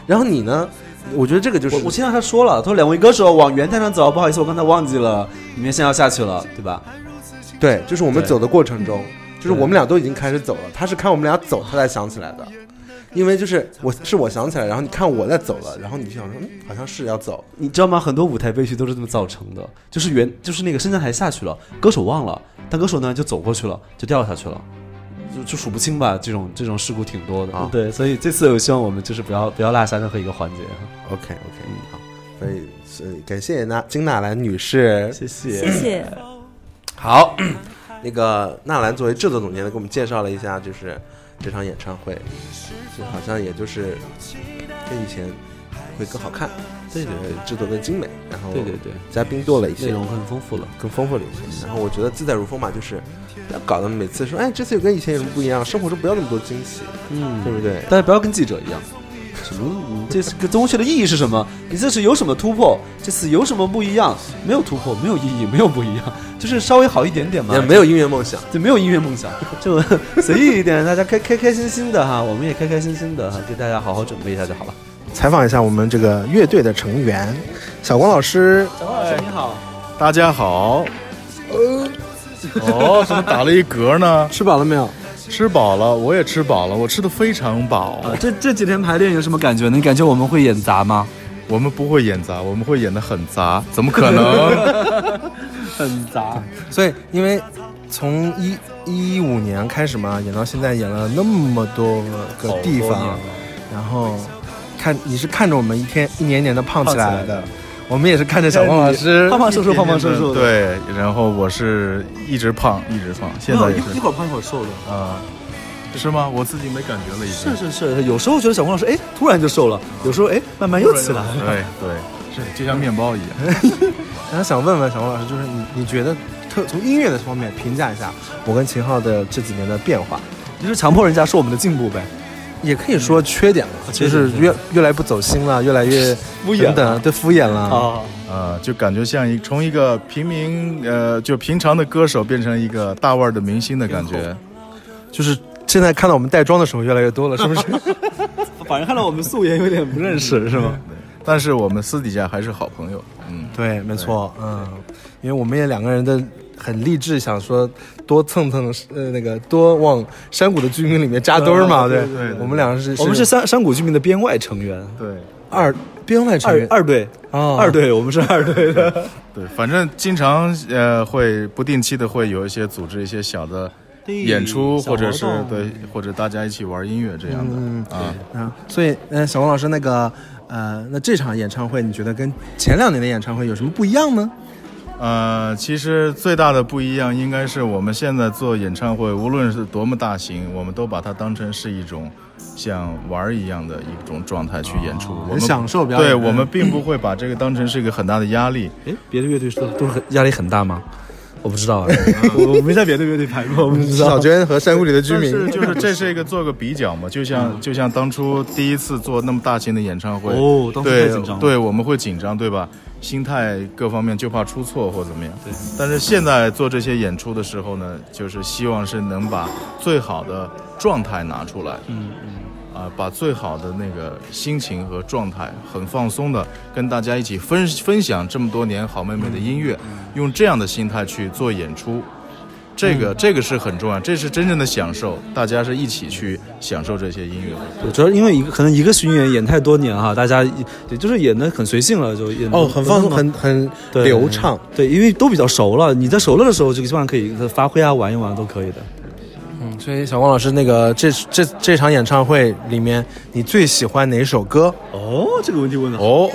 Speaker 2: 然后你呢？我觉得这个就是
Speaker 4: 我我听到他说了，他说两位歌手往圆台上走，不好意思，我刚才忘记了，你们先要下去了，对吧？
Speaker 2: 对，就是我们
Speaker 4: 对
Speaker 2: 走的过程中，就是
Speaker 4: 对
Speaker 2: 我们俩都已经开始走了，他是看我们俩走，他才想起来的。因为就是我是我想起来，然后你看我在走了，然后你就想说，嗯，好像是要走，
Speaker 4: 你知道吗？很多舞台悲剧都是这么造成的，就是原就是那个升降台下去了，歌手忘了，但歌手呢就走过去了，就掉下去了。就就数不清吧，这种这种事故挺多的。
Speaker 2: 啊
Speaker 4: 对，所以这次我希望我们就是不要不要落下任何一个环节。
Speaker 2: OK OK，嗯好，所以所以感谢纳金纳兰女士。
Speaker 4: 谢谢
Speaker 6: 谢谢。
Speaker 2: 好， [clears throat] 那个纳兰作为制作总监呢，给我们介绍了一下，就是这场演唱会，就好像也就是跟以前会更好看，对对，制作更精美，然后
Speaker 4: 对对对，
Speaker 2: 嘉宾多了一些，
Speaker 4: 内容很丰富了。
Speaker 2: 更丰富了一些。然后我觉得自在如风嘛，就是不要搞得每次说，哎，这次跟以前有什么不一样？生活中不要那么多惊喜，
Speaker 4: 嗯
Speaker 2: 对不对？
Speaker 4: 但是不要跟记者一样，
Speaker 1: 什么？你这次跟中学的意义是什么？你这次有什么突破？这次有什么不一样？没有突破，没有意义，没有不一样，就是稍微好一点点嘛
Speaker 7: 也。没有音乐梦想。
Speaker 1: 就没有音乐梦想，就随意一点，大家开开开心心的哈，我们也开开心心的哈，给大家好好准备一下就好了。
Speaker 2: 采访一下我们这个乐队的成员，小光老师，
Speaker 1: 小王老
Speaker 8: 哎
Speaker 1: 师你好，
Speaker 8: 大家好。哦，怎么打了一嗝
Speaker 4: [laughs]
Speaker 8: 呢？
Speaker 7: 吃饱了没有？
Speaker 8: 吃饱了，我也吃饱了，我吃的非常饱。
Speaker 4: 啊，这这几天排练有什么感觉呢？你感觉我们会演砸吗？
Speaker 8: 我们不会演杂，我们会演的很杂，怎么可能？
Speaker 4: [laughs] 很砸。
Speaker 2: 所以因为从一一五年开始嘛，演到现在演了那么多个地
Speaker 4: 啊
Speaker 2: 方，然后看你是看着我们一天一年年的胖起来的，我们也是看着小光老师
Speaker 4: 胖胖瘦瘦，胖胖瘦瘦的。
Speaker 8: 对，然后我是一直胖，一直胖，现在也是
Speaker 4: 会儿胖一会儿瘦的。
Speaker 8: 啊、是吗？我自己没感觉了，已经
Speaker 4: 是是是，有时候觉得小光老师哎突然就瘦了，有时候哎慢慢又起来了。
Speaker 8: 对对，哎是就像面包一样。
Speaker 2: 然后想问问小光老师，就是你你觉得特从音乐的方面评价一下我跟秦昊的这几年的变化，
Speaker 4: 你就是强迫人家说我们的进步呗。
Speaker 2: 也可以说
Speaker 8: 嗯
Speaker 2: 缺点了，
Speaker 4: 缺
Speaker 2: 就
Speaker 4: 点
Speaker 2: 是越 [laughs] 越来不走心了，越来越
Speaker 4: [laughs] 敷衍了
Speaker 2: 等等，对敷衍了。
Speaker 4: 啊，
Speaker 8: 呃，就感觉像一从一个平民呃就平常的歌手变成一个大腕儿的明星的感觉。
Speaker 2: 就是现在看到我们带妆的时候越来越多了，是不 [laughs] 嗯是？
Speaker 4: [laughs] 反正看到我们素颜有点不认识是吗？
Speaker 8: 但是我们私底下还是好朋友，嗯，
Speaker 2: 对，没错，嗯，因为我们也两个人的很励志，想说多蹭蹭呃那个多往山谷的居民里面扎堆儿
Speaker 4: 啊
Speaker 2: 嘛，对
Speaker 8: 对对
Speaker 2: 我们两个是嗯
Speaker 4: 我们是山山谷居民的编外成员，
Speaker 8: 对
Speaker 2: 二编外成
Speaker 4: 二
Speaker 2: 员
Speaker 4: 二队，
Speaker 2: 啊
Speaker 4: 二队，我们是二队的。
Speaker 8: 对，反正经常呃会不定期的会有一些组织一些小的演出，
Speaker 4: 小
Speaker 8: 或者是
Speaker 4: 活动
Speaker 8: 对，或者大家一起玩音乐这样的、
Speaker 2: 嗯
Speaker 8: 啊。
Speaker 2: 嗯，所以嗯、呃小王老师那个呃那这场演唱会你觉得跟前两年的演唱会有什么不一样呢？
Speaker 8: 呃，其实最大的不一样应该是我们现在做演唱会，无论是多么大型，我们都把它当成是一种像玩儿一样的一种状态去演出， [laughs] 我
Speaker 2: 很
Speaker 8: 们
Speaker 2: 哎享受表演，
Speaker 8: 对我们并不会把这个当成是一个很大的压力。
Speaker 4: 哎，别的乐队是都是很压力很大吗？我不知
Speaker 2: [laughs]
Speaker 4: 道啊，我我没在别的乐队排
Speaker 8: 嗯
Speaker 4: 过，我不知道
Speaker 2: 小。娟和山谷里的居
Speaker 8: 但
Speaker 2: 民
Speaker 8: 是
Speaker 2: 嗯
Speaker 8: 就是这是一
Speaker 2: [laughs]
Speaker 8: 个做个比较嘛，就像就像当初第一次做那么大型的演唱会，
Speaker 4: 哦当时
Speaker 8: 对
Speaker 4: 太紧张了
Speaker 8: 对，我们会紧张，对吧？心态各方面就怕出错或怎么样。对。但是现在做这些演出的时候呢，就是希望是能把最好的状态拿出来，嗯嗯，啊，把最好的那个心情和状态，很放松的跟大家一起分分享这么多年好妹妹的音乐，用这样的心态去做演出。这个、这个是很重要，这是真正的享受，大家是一起去享受这些音乐。
Speaker 4: 我主要因为一个可能一个巡演演太多年哈，大家也就是演的很随性了，就演得
Speaker 7: 哦，很放松，
Speaker 4: 得
Speaker 7: 很很
Speaker 4: 对
Speaker 7: 流畅。
Speaker 4: 对，因为都比较熟了。你在熟了的时候，就基本上可以发挥啊，玩一玩都可以的。
Speaker 2: 嗯，所以小光老师，那个这这这场演唱会里面，你最喜欢哪首歌？
Speaker 4: 哦，这个问题问的好。
Speaker 8: 哦，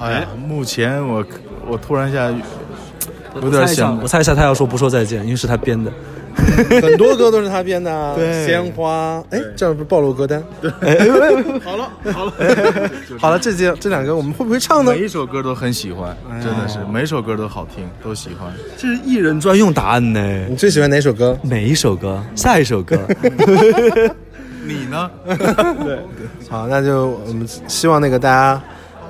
Speaker 8: 哎呀，目前我我突然一下有点想
Speaker 4: 我猜一下，他要说不说再见，因为是他编的。
Speaker 7: 很多歌都是他编
Speaker 2: [laughs]
Speaker 7: 的，啊
Speaker 4: 对
Speaker 7: 鲜花，哎，这样不是暴露歌单？ [laughs]
Speaker 2: 好了，这节这两个我们会不会唱呢
Speaker 8: 每？一首歌都很喜欢，哎哦真的是每首歌都好听，都喜 [laughs] 欢。
Speaker 4: 这是艺人专用答案呢。
Speaker 7: 你最喜欢哪首歌？
Speaker 4: 每一首歌，下一首歌，
Speaker 8: [laughs] 你呢？ [laughs]
Speaker 2: 好，那就我们希望那个大家，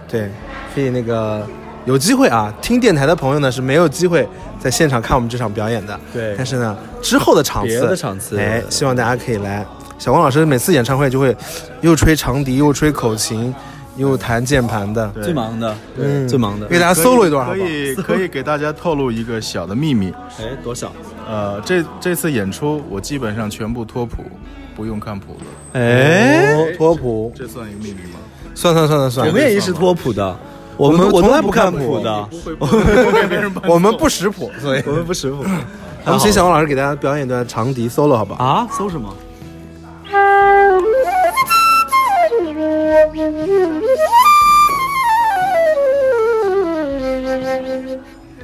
Speaker 2: 对，可以那个有机会啊，听电台的朋友呢是没有机会在现场看我们这场表演的，
Speaker 4: 对
Speaker 2: 但是呢，之后的场
Speaker 4: 别
Speaker 2: 次，
Speaker 4: 的场次
Speaker 2: 哎，希望大家可以来。小光老师每次演唱会就会又吹长笛，又吹口琴，又弹键盘的，
Speaker 4: 最忙的，
Speaker 2: 嗯
Speaker 4: 最忙的。
Speaker 2: 给大家
Speaker 8: 可以
Speaker 2: solo 一段好
Speaker 8: 可
Speaker 2: 不好？
Speaker 8: 以可以给大家透露一个小的秘
Speaker 2: [laughs]
Speaker 8: 密。
Speaker 4: 哎，多少？
Speaker 8: 呃，这这次演出我基本上全部脱谱，不用看谱了，
Speaker 4: 哎，
Speaker 2: 哦托谱，
Speaker 8: 这算一个秘密吗？
Speaker 2: 算算算算算，
Speaker 4: 我们也一直托谱的，我
Speaker 2: 我们
Speaker 4: 我
Speaker 2: 从来
Speaker 4: 不
Speaker 2: 不
Speaker 4: 看
Speaker 2: 看
Speaker 4: 谱
Speaker 2: 谱
Speaker 4: 的，
Speaker 2: [laughs] 我们不识谱，所以
Speaker 4: 我们不识谱。
Speaker 2: [laughs] 我们请小王老师给大家表演一段长笛 solo 好不好？
Speaker 4: 啊，搜什么？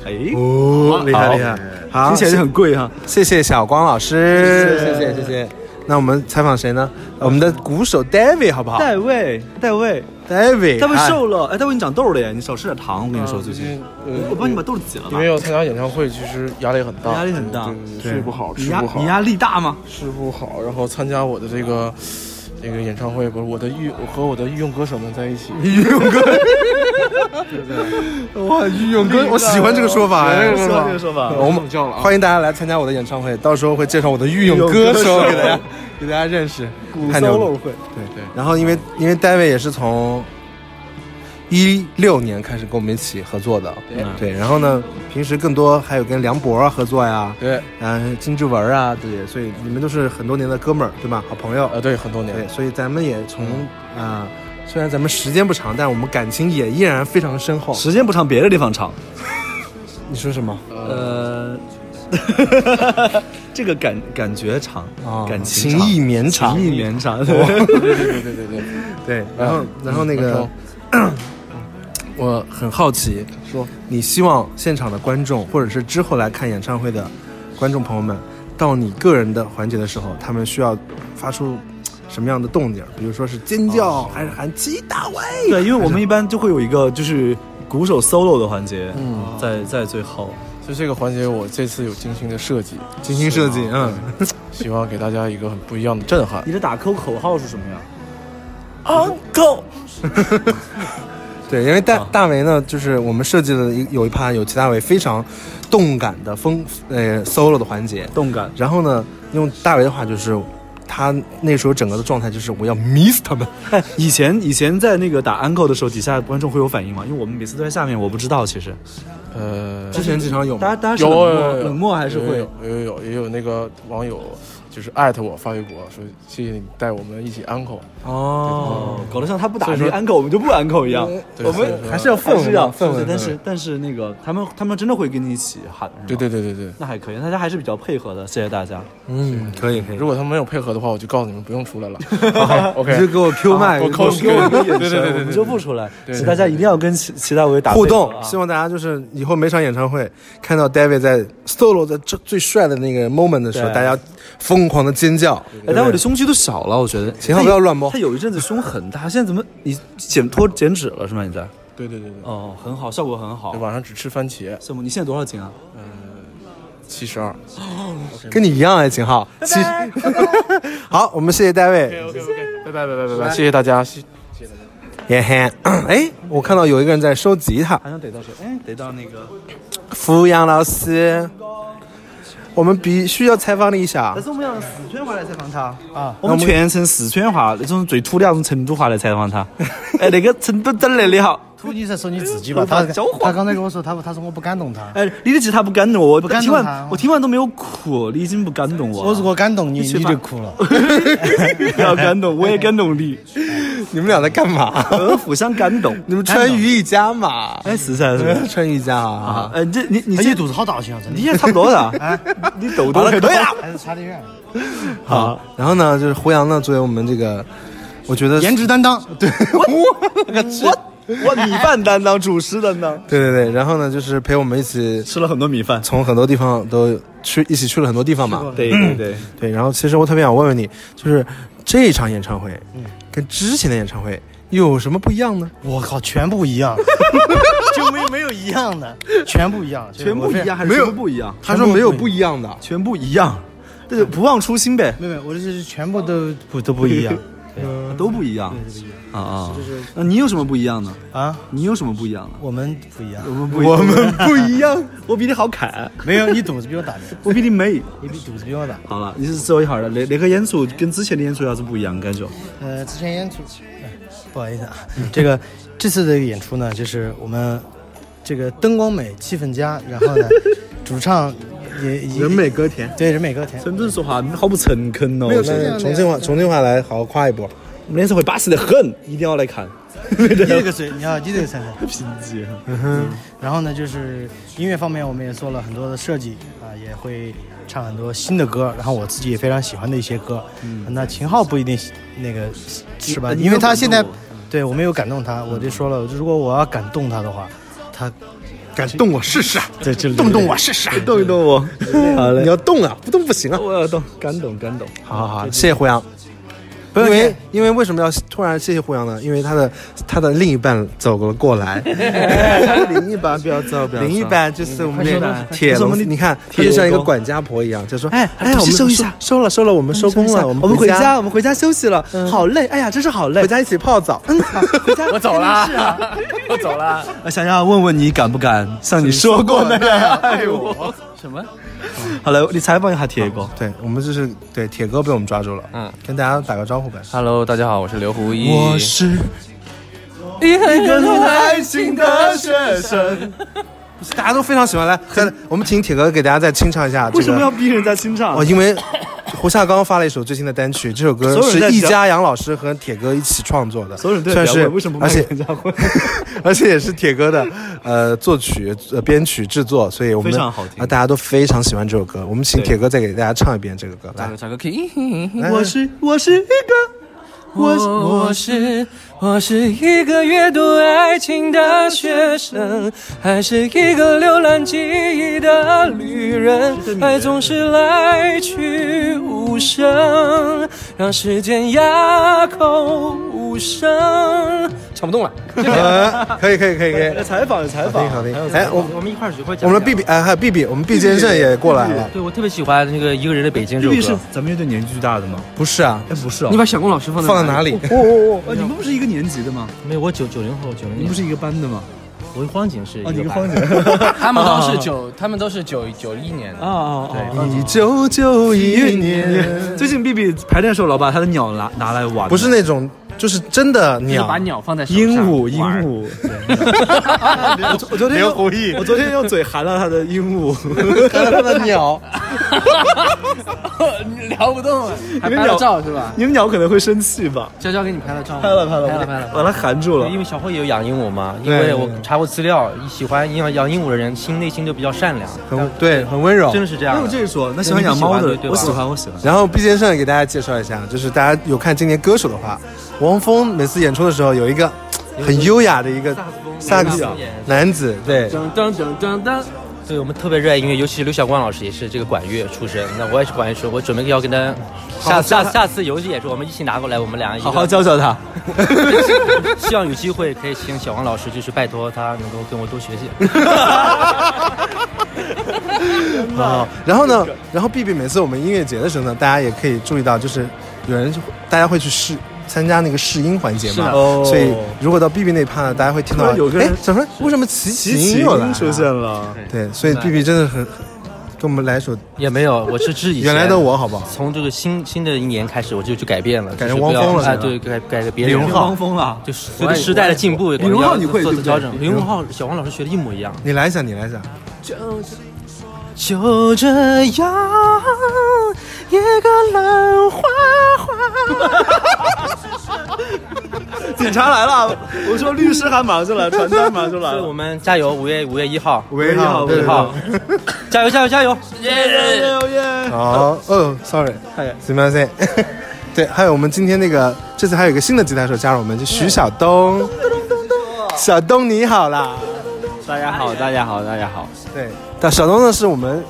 Speaker 4: 哎，
Speaker 2: 哦，厉害厉害，好，
Speaker 4: 听起来就很贵哈。
Speaker 2: 谢谢小光老师，啊谢谢谢谢。那我们采访谁呢？我们的鼓手 David 好不好
Speaker 4: 戴卫，戴卫，
Speaker 2: ？David，
Speaker 4: 戴卫
Speaker 2: 哎
Speaker 4: 瘦了，哎，戴卫你长痘了耶，你少吃点糖，我跟你说最近，我帮你把痘挤了吧。
Speaker 9: 要参加演唱会，其实压力很大，
Speaker 4: 压力很大
Speaker 9: 对睡不好，
Speaker 4: 你
Speaker 9: 吃
Speaker 4: 压
Speaker 9: 不好
Speaker 4: 你，压力大吗？
Speaker 2: [laughs]
Speaker 9: 吃不好，然后参加我的这个
Speaker 10: 这个演唱会，不是我的御，我和我的御用歌手们在一起。
Speaker 2: [laughs] 哇，御用歌，我喜欢这个说法哎。
Speaker 4: 说这个说法，
Speaker 2: 我们
Speaker 10: 叫了啊，
Speaker 2: 欢迎大家来参加我的演唱会，到时候会介绍我的 [laughs] 御用歌手给大 [laughs] 家给大家认识。太牛了！
Speaker 4: 会，
Speaker 2: 对对。然后因为因为 David 也是从一六年开始跟我们一起合作的，对。然后呢，平时更多还有跟梁博啊合作呀，
Speaker 10: 对，
Speaker 2: 嗯，金志文啊，对，所以你们都是很多年的哥们儿，对吧？好朋友，
Speaker 10: 呃，对，很多年嗯
Speaker 2: 对，，所以咱们也从啊、虽然咱们时间不长，但我们感情也依然非常深厚。
Speaker 4: 时间不长，别的地方长。
Speaker 2: 你说什么？
Speaker 4: 呃， [laughs] 这个感感觉长，
Speaker 2: 啊
Speaker 4: 感情
Speaker 2: 情
Speaker 4: 长
Speaker 2: 意绵长哦
Speaker 4: 情意绵 [laughs] 长。
Speaker 10: 对对对对对。
Speaker 2: 对，然后、然后那个，嗯 [clears throat] 我很好奇，
Speaker 10: 说
Speaker 2: 你希望现场的观众，或者是之后来看演唱会的观众朋友们，到你个人的环节的时候，他们需要发出什么样的动静？比如说是尖叫，还是喊齐大伟？
Speaker 4: [laughs] 对，因为我们一般就会有一个就是鼓手 solo 的环节，
Speaker 2: 嗯
Speaker 4: 在在最后。
Speaker 10: 就这个环节，我这次有精心的设计，
Speaker 2: 精心设计，嗯，
Speaker 10: [laughs] 希望给大家一个很不一样的震撼。
Speaker 4: 你的打 call 口号是什么呀？
Speaker 2: 对，因为大大为呢，就是我们设计了一有一趴有齐大为非常动感的风呃 solo 的环节，
Speaker 4: 动感，
Speaker 2: 然后呢，用大为的话就是。他那时候整个的状态就是我要 miss 他们，
Speaker 4: 哎，以前以前在那个打 uncle 的时候，底下观众会有反应吗？因为我们每次都在下面，我不知道其实。
Speaker 10: 呃，
Speaker 2: 之前经常有
Speaker 4: 大家大家是
Speaker 10: 有有
Speaker 4: 冷漠
Speaker 10: 有有
Speaker 4: 冷漠还是会
Speaker 10: 有有有也有那个网友就是艾特我发微博说谢谢你带我们一起 uncle，
Speaker 4: 哦，搞得像他不打
Speaker 10: 所以
Speaker 4: 这
Speaker 10: 说
Speaker 4: 个 uncle 我们就不 uncle 一样。
Speaker 10: 对所以说
Speaker 2: 还是要氛围
Speaker 4: 是要
Speaker 2: 氛围
Speaker 4: 是但
Speaker 2: 氛
Speaker 4: 是但是那个他们他们真的会跟你一起喊，是吗
Speaker 10: 对对，对对对。
Speaker 4: 那还可以，大家还是比较配合的，谢谢大家。
Speaker 2: 嗯，可以可以
Speaker 10: 如果他们没有配合的话，我就告诉你们不用出来了。 [laughs] 好 OK，
Speaker 2: 你就给我 Q 麦，
Speaker 10: 我扣给
Speaker 2: 给我
Speaker 10: 我
Speaker 2: 一个
Speaker 10: 对对对
Speaker 4: 我
Speaker 10: 对
Speaker 4: 们
Speaker 10: 对，
Speaker 4: 就不出来，
Speaker 10: 对
Speaker 4: 所以大家一定要跟齐齐大为打
Speaker 2: 互
Speaker 4: 配合
Speaker 2: 动。
Speaker 4: 啊
Speaker 2: 希望大家就是以后每场演唱会看到 David 在 solo 的最最帅的那个 moment 的时候，
Speaker 4: 对
Speaker 2: 大家疯狂的尖叫。
Speaker 3: 哎，但我的胸肌都小了，我觉得。
Speaker 2: 秦昊不要乱摸
Speaker 4: 他，有一阵子胸很大，现在怎么你减脱减脂了是吗？你在？
Speaker 10: 对对对对
Speaker 4: 哦，很好，效果很好
Speaker 10: 对，。晚上只吃番茄，呃
Speaker 4: 项目，你现在多少斤啊？
Speaker 10: 七十二。
Speaker 2: 跟你一样哎，秦昊。其 [laughs] 好，我们谢谢 David。
Speaker 10: OK OK，拜拜拜拜拜拜，谢谢大家，谢
Speaker 2: 耶嘿， [coughs] 哎，我看到有一个人在收吉他，
Speaker 4: 好像得到谁？哎，得到那个。
Speaker 2: 扶阳老师。我们必须要采访你一下
Speaker 4: 但，是我们要用四川话来采访他啊，
Speaker 2: 那
Speaker 4: 我
Speaker 2: 我们
Speaker 4: 们全程四川话，那种最土的那种成都话来采访 [laughs] 他。哎，那个成都真来的好。
Speaker 11: 土你在说你自己吧，他
Speaker 4: 无法交换
Speaker 11: 他刚才跟我说，他他说我不敢动
Speaker 4: [laughs]
Speaker 11: 他，
Speaker 4: 哎，你的吉他不感动我，
Speaker 11: 不感动
Speaker 4: 听完
Speaker 11: 他
Speaker 4: 我听完都没有哭，你已经不感动我了。
Speaker 11: 我如果敢动你，
Speaker 4: 你去
Speaker 11: 你
Speaker 4: 吧
Speaker 11: 就哭了。
Speaker 4: 不 [laughs] 要感动， [laughs] 我也感动你，
Speaker 2: 你们俩在
Speaker 4: [laughs]
Speaker 2: 干嘛？
Speaker 4: 呃，互相感动。
Speaker 2: 你们穿瑜伽嘛？
Speaker 4: 哎，是噻，是吧
Speaker 2: 穿瑜伽啊？
Speaker 4: 哎，这你你
Speaker 11: 他
Speaker 4: 这
Speaker 11: 一肚子好大气啊，真
Speaker 4: 你
Speaker 11: 的。啊
Speaker 4: 也差不多
Speaker 11: [laughs]
Speaker 4: 了，你痘痘 [laughs] 可多了。
Speaker 11: 还是差得远。
Speaker 2: 好，然后呢，就是胡杨呢，作为我们这个，
Speaker 4: [laughs]
Speaker 2: 我觉得
Speaker 11: 颜值担
Speaker 2: [laughs]
Speaker 11: 当，对，
Speaker 4: 我米饭担当，主食担当，
Speaker 2: 对对对，然后呢，就是陪我们一起
Speaker 4: 吃了很多米饭。
Speaker 2: 从很多地方都去一起去了很多地方嘛。
Speaker 4: [laughs] 对对对，
Speaker 2: 对，然后其实我特别想问问你，就是这一场演唱会，
Speaker 4: 嗯
Speaker 2: 跟之前的演唱会有什么不一样呢？
Speaker 11: 我靠，全部一
Speaker 2: [laughs]
Speaker 11: 样，就没没有一样的，全部一样，就是
Speaker 4: 全部
Speaker 11: 我非
Speaker 4: 一
Speaker 11: 常
Speaker 4: 样还是全部不一样？
Speaker 2: 他说没有不一样的，
Speaker 4: 全部一样，这就不忘初心呗，
Speaker 11: 没有，没有，我就是全部都不都不一样
Speaker 4: 都不一样。啊啊，那你有什么不一样呢？
Speaker 11: 啊，
Speaker 4: 你有什么不一样呢？
Speaker 11: 我们不一样，
Speaker 4: 我们不我们不一样， [laughs] 我比你好看，
Speaker 11: 没有，你肚子比我大点，
Speaker 4: [laughs] 我比你美。
Speaker 11: 你比肚子比我大。
Speaker 4: 好了，你是走一下了。那那个演出跟之前的演出有啥子不一样？感觉？
Speaker 11: 呃，之前演出，哎不好意思啊，
Speaker 4: 嗯
Speaker 11: 这个这次的演出呢，就是我们这个灯光美，气氛佳，然后
Speaker 2: [laughs]
Speaker 11: 呢，主唱也也
Speaker 2: 人美歌甜。
Speaker 11: 对人美歌甜，
Speaker 4: 深圳说话好不诚恳哦。
Speaker 2: 没有
Speaker 4: 我觉得
Speaker 2: 重庆话，重庆话来好好夸一波。
Speaker 4: 我们演唱会巴适的很，一定要来看。
Speaker 11: 你这个嘴，你要你这个身份。
Speaker 4: 贫瘠。
Speaker 11: 嗯然后呢，就是音乐方面，我们也做了很多的设计啊、也会唱很多新的歌，然后我自己也非常喜欢的一些歌。嗯，那秦昊不一定喜那个是吧？
Speaker 4: 你
Speaker 11: 因为他
Speaker 4: 没有
Speaker 11: 现在
Speaker 4: 感动
Speaker 11: 对我没有感动他，我就说了，如果我要感动他的话，他
Speaker 2: 敢动我试试，
Speaker 11: [laughs] 在这里
Speaker 2: 动动我试试，
Speaker 4: 动一动我，好
Speaker 2: 你，要动啊，不动不行啊。
Speaker 4: 我要动，感动感动。
Speaker 2: 好好好，谢谢胡杨。
Speaker 4: 不要
Speaker 2: 因为
Speaker 4: 念
Speaker 2: 因为为什么要突然谢谢胡杨呢？因为他的他的另一半走了过来，
Speaker 8: 零一版不要走，不要走
Speaker 2: 另一半就是我们
Speaker 10: 快说
Speaker 2: 的
Speaker 10: 吧
Speaker 2: 铁
Speaker 10: 我
Speaker 2: 龙
Speaker 10: 们的，
Speaker 2: 你看他就像一个管家婆一样，就说
Speaker 4: 哎哎
Speaker 2: 哎，我们
Speaker 4: 收一下
Speaker 2: 收了收了，我们收工了，
Speaker 4: 我
Speaker 2: 我们
Speaker 4: 们回
Speaker 2: 家，
Speaker 4: 我们回家休息了，好累，哎呀，真是好累
Speaker 2: 回。家一起泡澡。
Speaker 10: [laughs] 我走啦，
Speaker 4: 啊
Speaker 10: 我走啦。
Speaker 4: 我想要问问你敢不敢像你说过那样
Speaker 12: 哎
Speaker 4: 爱我？
Speaker 10: 什么？
Speaker 4: 好了，你采访一下铁哥。
Speaker 2: 对我们就是对铁哥被我们抓住了，嗯
Speaker 10: 嗯，
Speaker 2: [laughs] 跟大家打个招呼呗。
Speaker 10: Hello，大家好，我是刘胡一。
Speaker 4: 我是
Speaker 6: 一
Speaker 4: 个
Speaker 6: 个
Speaker 4: 懂爱情的学生。
Speaker 2: 大家都非常喜欢，来，再我们请铁哥给大家再清唱一下这个。
Speaker 4: 为什么要逼人家清唱？
Speaker 2: 哦，因为胡夏刚发了一首最新的单曲，这首歌
Speaker 4: 所有人在
Speaker 2: 是
Speaker 4: 讲
Speaker 2: 易家杨老师和铁哥一起创作的，
Speaker 4: 所有人都在
Speaker 2: 算
Speaker 4: 讲
Speaker 2: 是
Speaker 4: 我为什么不
Speaker 2: 而
Speaker 4: 卖给
Speaker 2: 且
Speaker 4: 人家婚？
Speaker 2: [laughs] 而且也是铁哥的呃作曲、呃编曲、制作，所以我们
Speaker 4: 非常好听
Speaker 2: 啊，大家都非常喜欢这首歌。我们请铁哥再给大家唱一遍这个歌，来
Speaker 10: 唱，个唱个 K。
Speaker 2: 来
Speaker 4: 我是我是一个
Speaker 10: 我我是我是一个阅读爱情的学生，还是一个浏览记忆的旅人？爱总是来去无声，让时间哑口无声。
Speaker 12: 啊
Speaker 10: 唱不动了，
Speaker 12: [laughs]
Speaker 2: 呃，可以可以可以可以，
Speaker 4: 采访采
Speaker 2: 好
Speaker 4: 访
Speaker 2: 听，好听。哎，我
Speaker 12: 我们一块儿去会讲
Speaker 2: 我们的 B B 哎，还有 B B，我们毕先生也过来了，
Speaker 12: 对我特别喜欢那个一个人的北京这
Speaker 4: ，B B
Speaker 12: 首
Speaker 4: 是
Speaker 12: 歌。
Speaker 4: 咱们乐队年纪最大的吗？
Speaker 2: 不是啊，
Speaker 4: 哎，不是啊
Speaker 12: 你，把小龚老师放在
Speaker 2: 放在哪？里？
Speaker 4: 哦哦
Speaker 2: [laughs]
Speaker 4: 哦，你们不是一个年级的吗？
Speaker 12: 没有，我九九零后，九零
Speaker 4: 你
Speaker 12: 年
Speaker 4: 们不是一个班的吗？
Speaker 12: 我跟荒井是啊一
Speaker 4: 哦，你
Speaker 12: 个
Speaker 4: 跟
Speaker 12: 班
Speaker 4: [laughs] 方姐。
Speaker 12: [laughs] 他们都是九，他们都是九九一年的。
Speaker 4: 哦哦
Speaker 2: 一九九一年，
Speaker 4: 哦， [laughs] 最近 B B 排练的时候，老把他的鸟拿拿来玩，
Speaker 2: 不是那种，就是真的
Speaker 12: 就是
Speaker 2: 鸟
Speaker 12: 把。鸟放在手上
Speaker 4: 鹦鹉，鹦
Speaker 12: 玩儿。
Speaker 4: 鹉。我昨我昨天用我昨天用嘴含了他的鹦 [laughs] 鹉，含了他的鸟。
Speaker 12: 聊不动了，还
Speaker 4: 你们
Speaker 12: 拍了
Speaker 4: 鸟
Speaker 12: 照是吧？
Speaker 4: [laughs] 你们鸟可能会生气吧？
Speaker 12: 娇娇给你拍了照吗，
Speaker 4: 拍了拍了
Speaker 12: 拍了拍了。
Speaker 4: 把它含住了
Speaker 12: 对，因。为小慧也有养鹦鹉嘛，因为我查过资料，喜欢养养鹦鹉的人心内心就比较善良，
Speaker 2: 很对，很温柔，
Speaker 12: 真的是这样
Speaker 4: 没有
Speaker 12: 的。
Speaker 4: 哎这一说，那喜欢养猫的，
Speaker 12: 对
Speaker 4: 我
Speaker 12: 吧
Speaker 4: 喜欢，我喜欢。
Speaker 2: 然后毕先生给大家介绍一下，就是大家有看今年歌手的话，王峰每次演出的时候有一个很优雅的一个萨克斯男子，对，
Speaker 12: 噔噔噔噔噔。对我们特别热爱音乐，尤其是刘晓光老师也是这个管乐出身，那我也是管乐出身，我准备要跟他下下下次有演出，我们一起拿过来，我们俩一个
Speaker 4: 好好教教他，
Speaker 12: [laughs] 希望有机会可以请小王老师，就是拜托他能够跟我多学习。
Speaker 2: 啊，然后呢，然后 B B 每次我们音乐节的时候呢，大家也可以注意到，就是有人就会大家会去试。参加那个试音环节嘛，所以如果到 B B 那趴呢，大家会听
Speaker 4: 突
Speaker 2: 到，
Speaker 12: 哦
Speaker 4: 然有个人
Speaker 2: 哎，
Speaker 12: [laughs]
Speaker 2: 怎么为什么齐
Speaker 4: 齐
Speaker 2: 秦
Speaker 4: 秦
Speaker 2: 又来了
Speaker 4: 出现？了，
Speaker 2: 对，所以 B B 真的很，很给我们来一首
Speaker 12: 也没有，我是质疑
Speaker 2: [laughs] 原来的。我，好不好？
Speaker 12: 从这个新新的一年开始，我就就改变了，
Speaker 2: 改成
Speaker 12: 就是不要
Speaker 2: 汪峰了
Speaker 12: 哎，
Speaker 2: 是吧
Speaker 12: 对，改改别
Speaker 4: 李
Speaker 12: 人
Speaker 4: 荣浩，汪峰了，
Speaker 12: 啊就是随着时代的进步，
Speaker 4: 李荣浩你会
Speaker 12: 做
Speaker 4: 对不
Speaker 12: 做
Speaker 4: 对
Speaker 12: 调整。李荣浩、小王老师学的一模一样。
Speaker 2: 你来一下，你来一下，
Speaker 12: 就这样，一个人花花。
Speaker 13: 哎
Speaker 4: 警察来了，我说律师函马上就来，传单马上就来
Speaker 12: 所以
Speaker 4: 了
Speaker 12: 我。们加油，五月五月一号，
Speaker 2: 五月一号，对对对
Speaker 12: 好，加油加油加油！
Speaker 2: 好，哦，sorry，すみません。 [laughs] 对，还有我们今天那个，这次还有一个新的吉他手加入我们，就徐晓东。小东你好啦，
Speaker 12: 大家好，大家好，大家好。
Speaker 2: 对，但小东呢是我们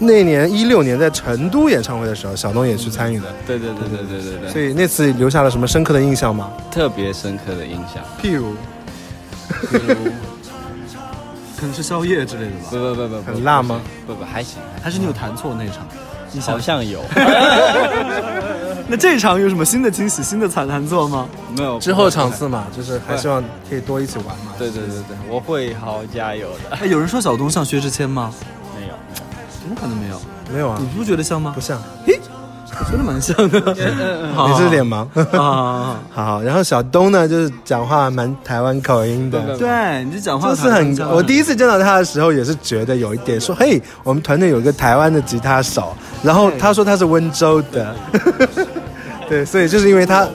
Speaker 2: 那年一六年在成都演唱会的时候，小东也去参与的，
Speaker 13: 对对对对对对对，
Speaker 2: 所以那次留下了什么深刻的印象吗？
Speaker 13: 特别深刻的印象。
Speaker 2: 譬如
Speaker 4: 可能是宵夜之类的吧，
Speaker 13: 不不不不，
Speaker 2: 很辣吗？
Speaker 13: 不不还行，
Speaker 4: 还是你有弹错那场？
Speaker 13: 好像有
Speaker 4: [laughs] 那这一场有什么新的惊喜、新的惨弹错吗？
Speaker 13: 没有
Speaker 2: 之后场。次嘛，就是还希望可以多一起玩嘛。
Speaker 13: 对对对对，我会好好加油的。
Speaker 4: 哎，有人说小东像薛之谦吗？
Speaker 13: 没有，
Speaker 4: 怎么可能没有？
Speaker 2: 没有啊
Speaker 4: 你，不觉得像吗
Speaker 2: 不？像，
Speaker 4: 觉得蛮像的。
Speaker 2: [laughs] 你
Speaker 4: 你
Speaker 2: 是脸盲。
Speaker 4: 啊？
Speaker 2: [laughs] 好，然后小东呢，就是讲话蛮台湾口音的，
Speaker 4: 对，你这讲话
Speaker 2: 就是很，我第一次见到他的时候也是觉得有一点说，嘿，我们团队有一个台湾的吉他手，然后他说他是温州
Speaker 4: [laughs]
Speaker 2: 的，对，所以就是因为他，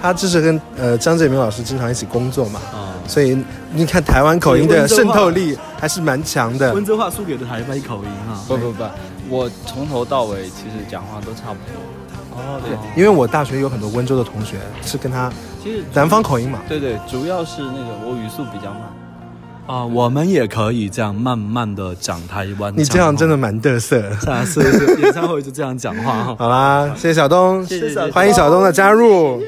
Speaker 2: 他就是跟呃张志明老师经常一起工作嘛，
Speaker 4: 啊
Speaker 2: 所以你看台湾口音的渗透力还是蛮强的
Speaker 4: 温。州话输给了台湾口音啊。
Speaker 13: 不不不，我从头到尾其实讲话都差不多。
Speaker 4: 哦
Speaker 2: 对，因为我大学有很多温州的同学是跟他
Speaker 13: 其实
Speaker 2: 南方口音嘛，
Speaker 13: 对对，主要是那个我语速比较慢，
Speaker 4: 啊，我们也可以这样慢慢的啊讲台湾。
Speaker 2: 你这样真的蛮嘚
Speaker 4: [laughs]
Speaker 2: 瑟。
Speaker 4: 下次就演唱会就这样讲话哈。
Speaker 2: 好啦，谢谢小东，
Speaker 12: 谢谢
Speaker 2: 欢迎小东的加入。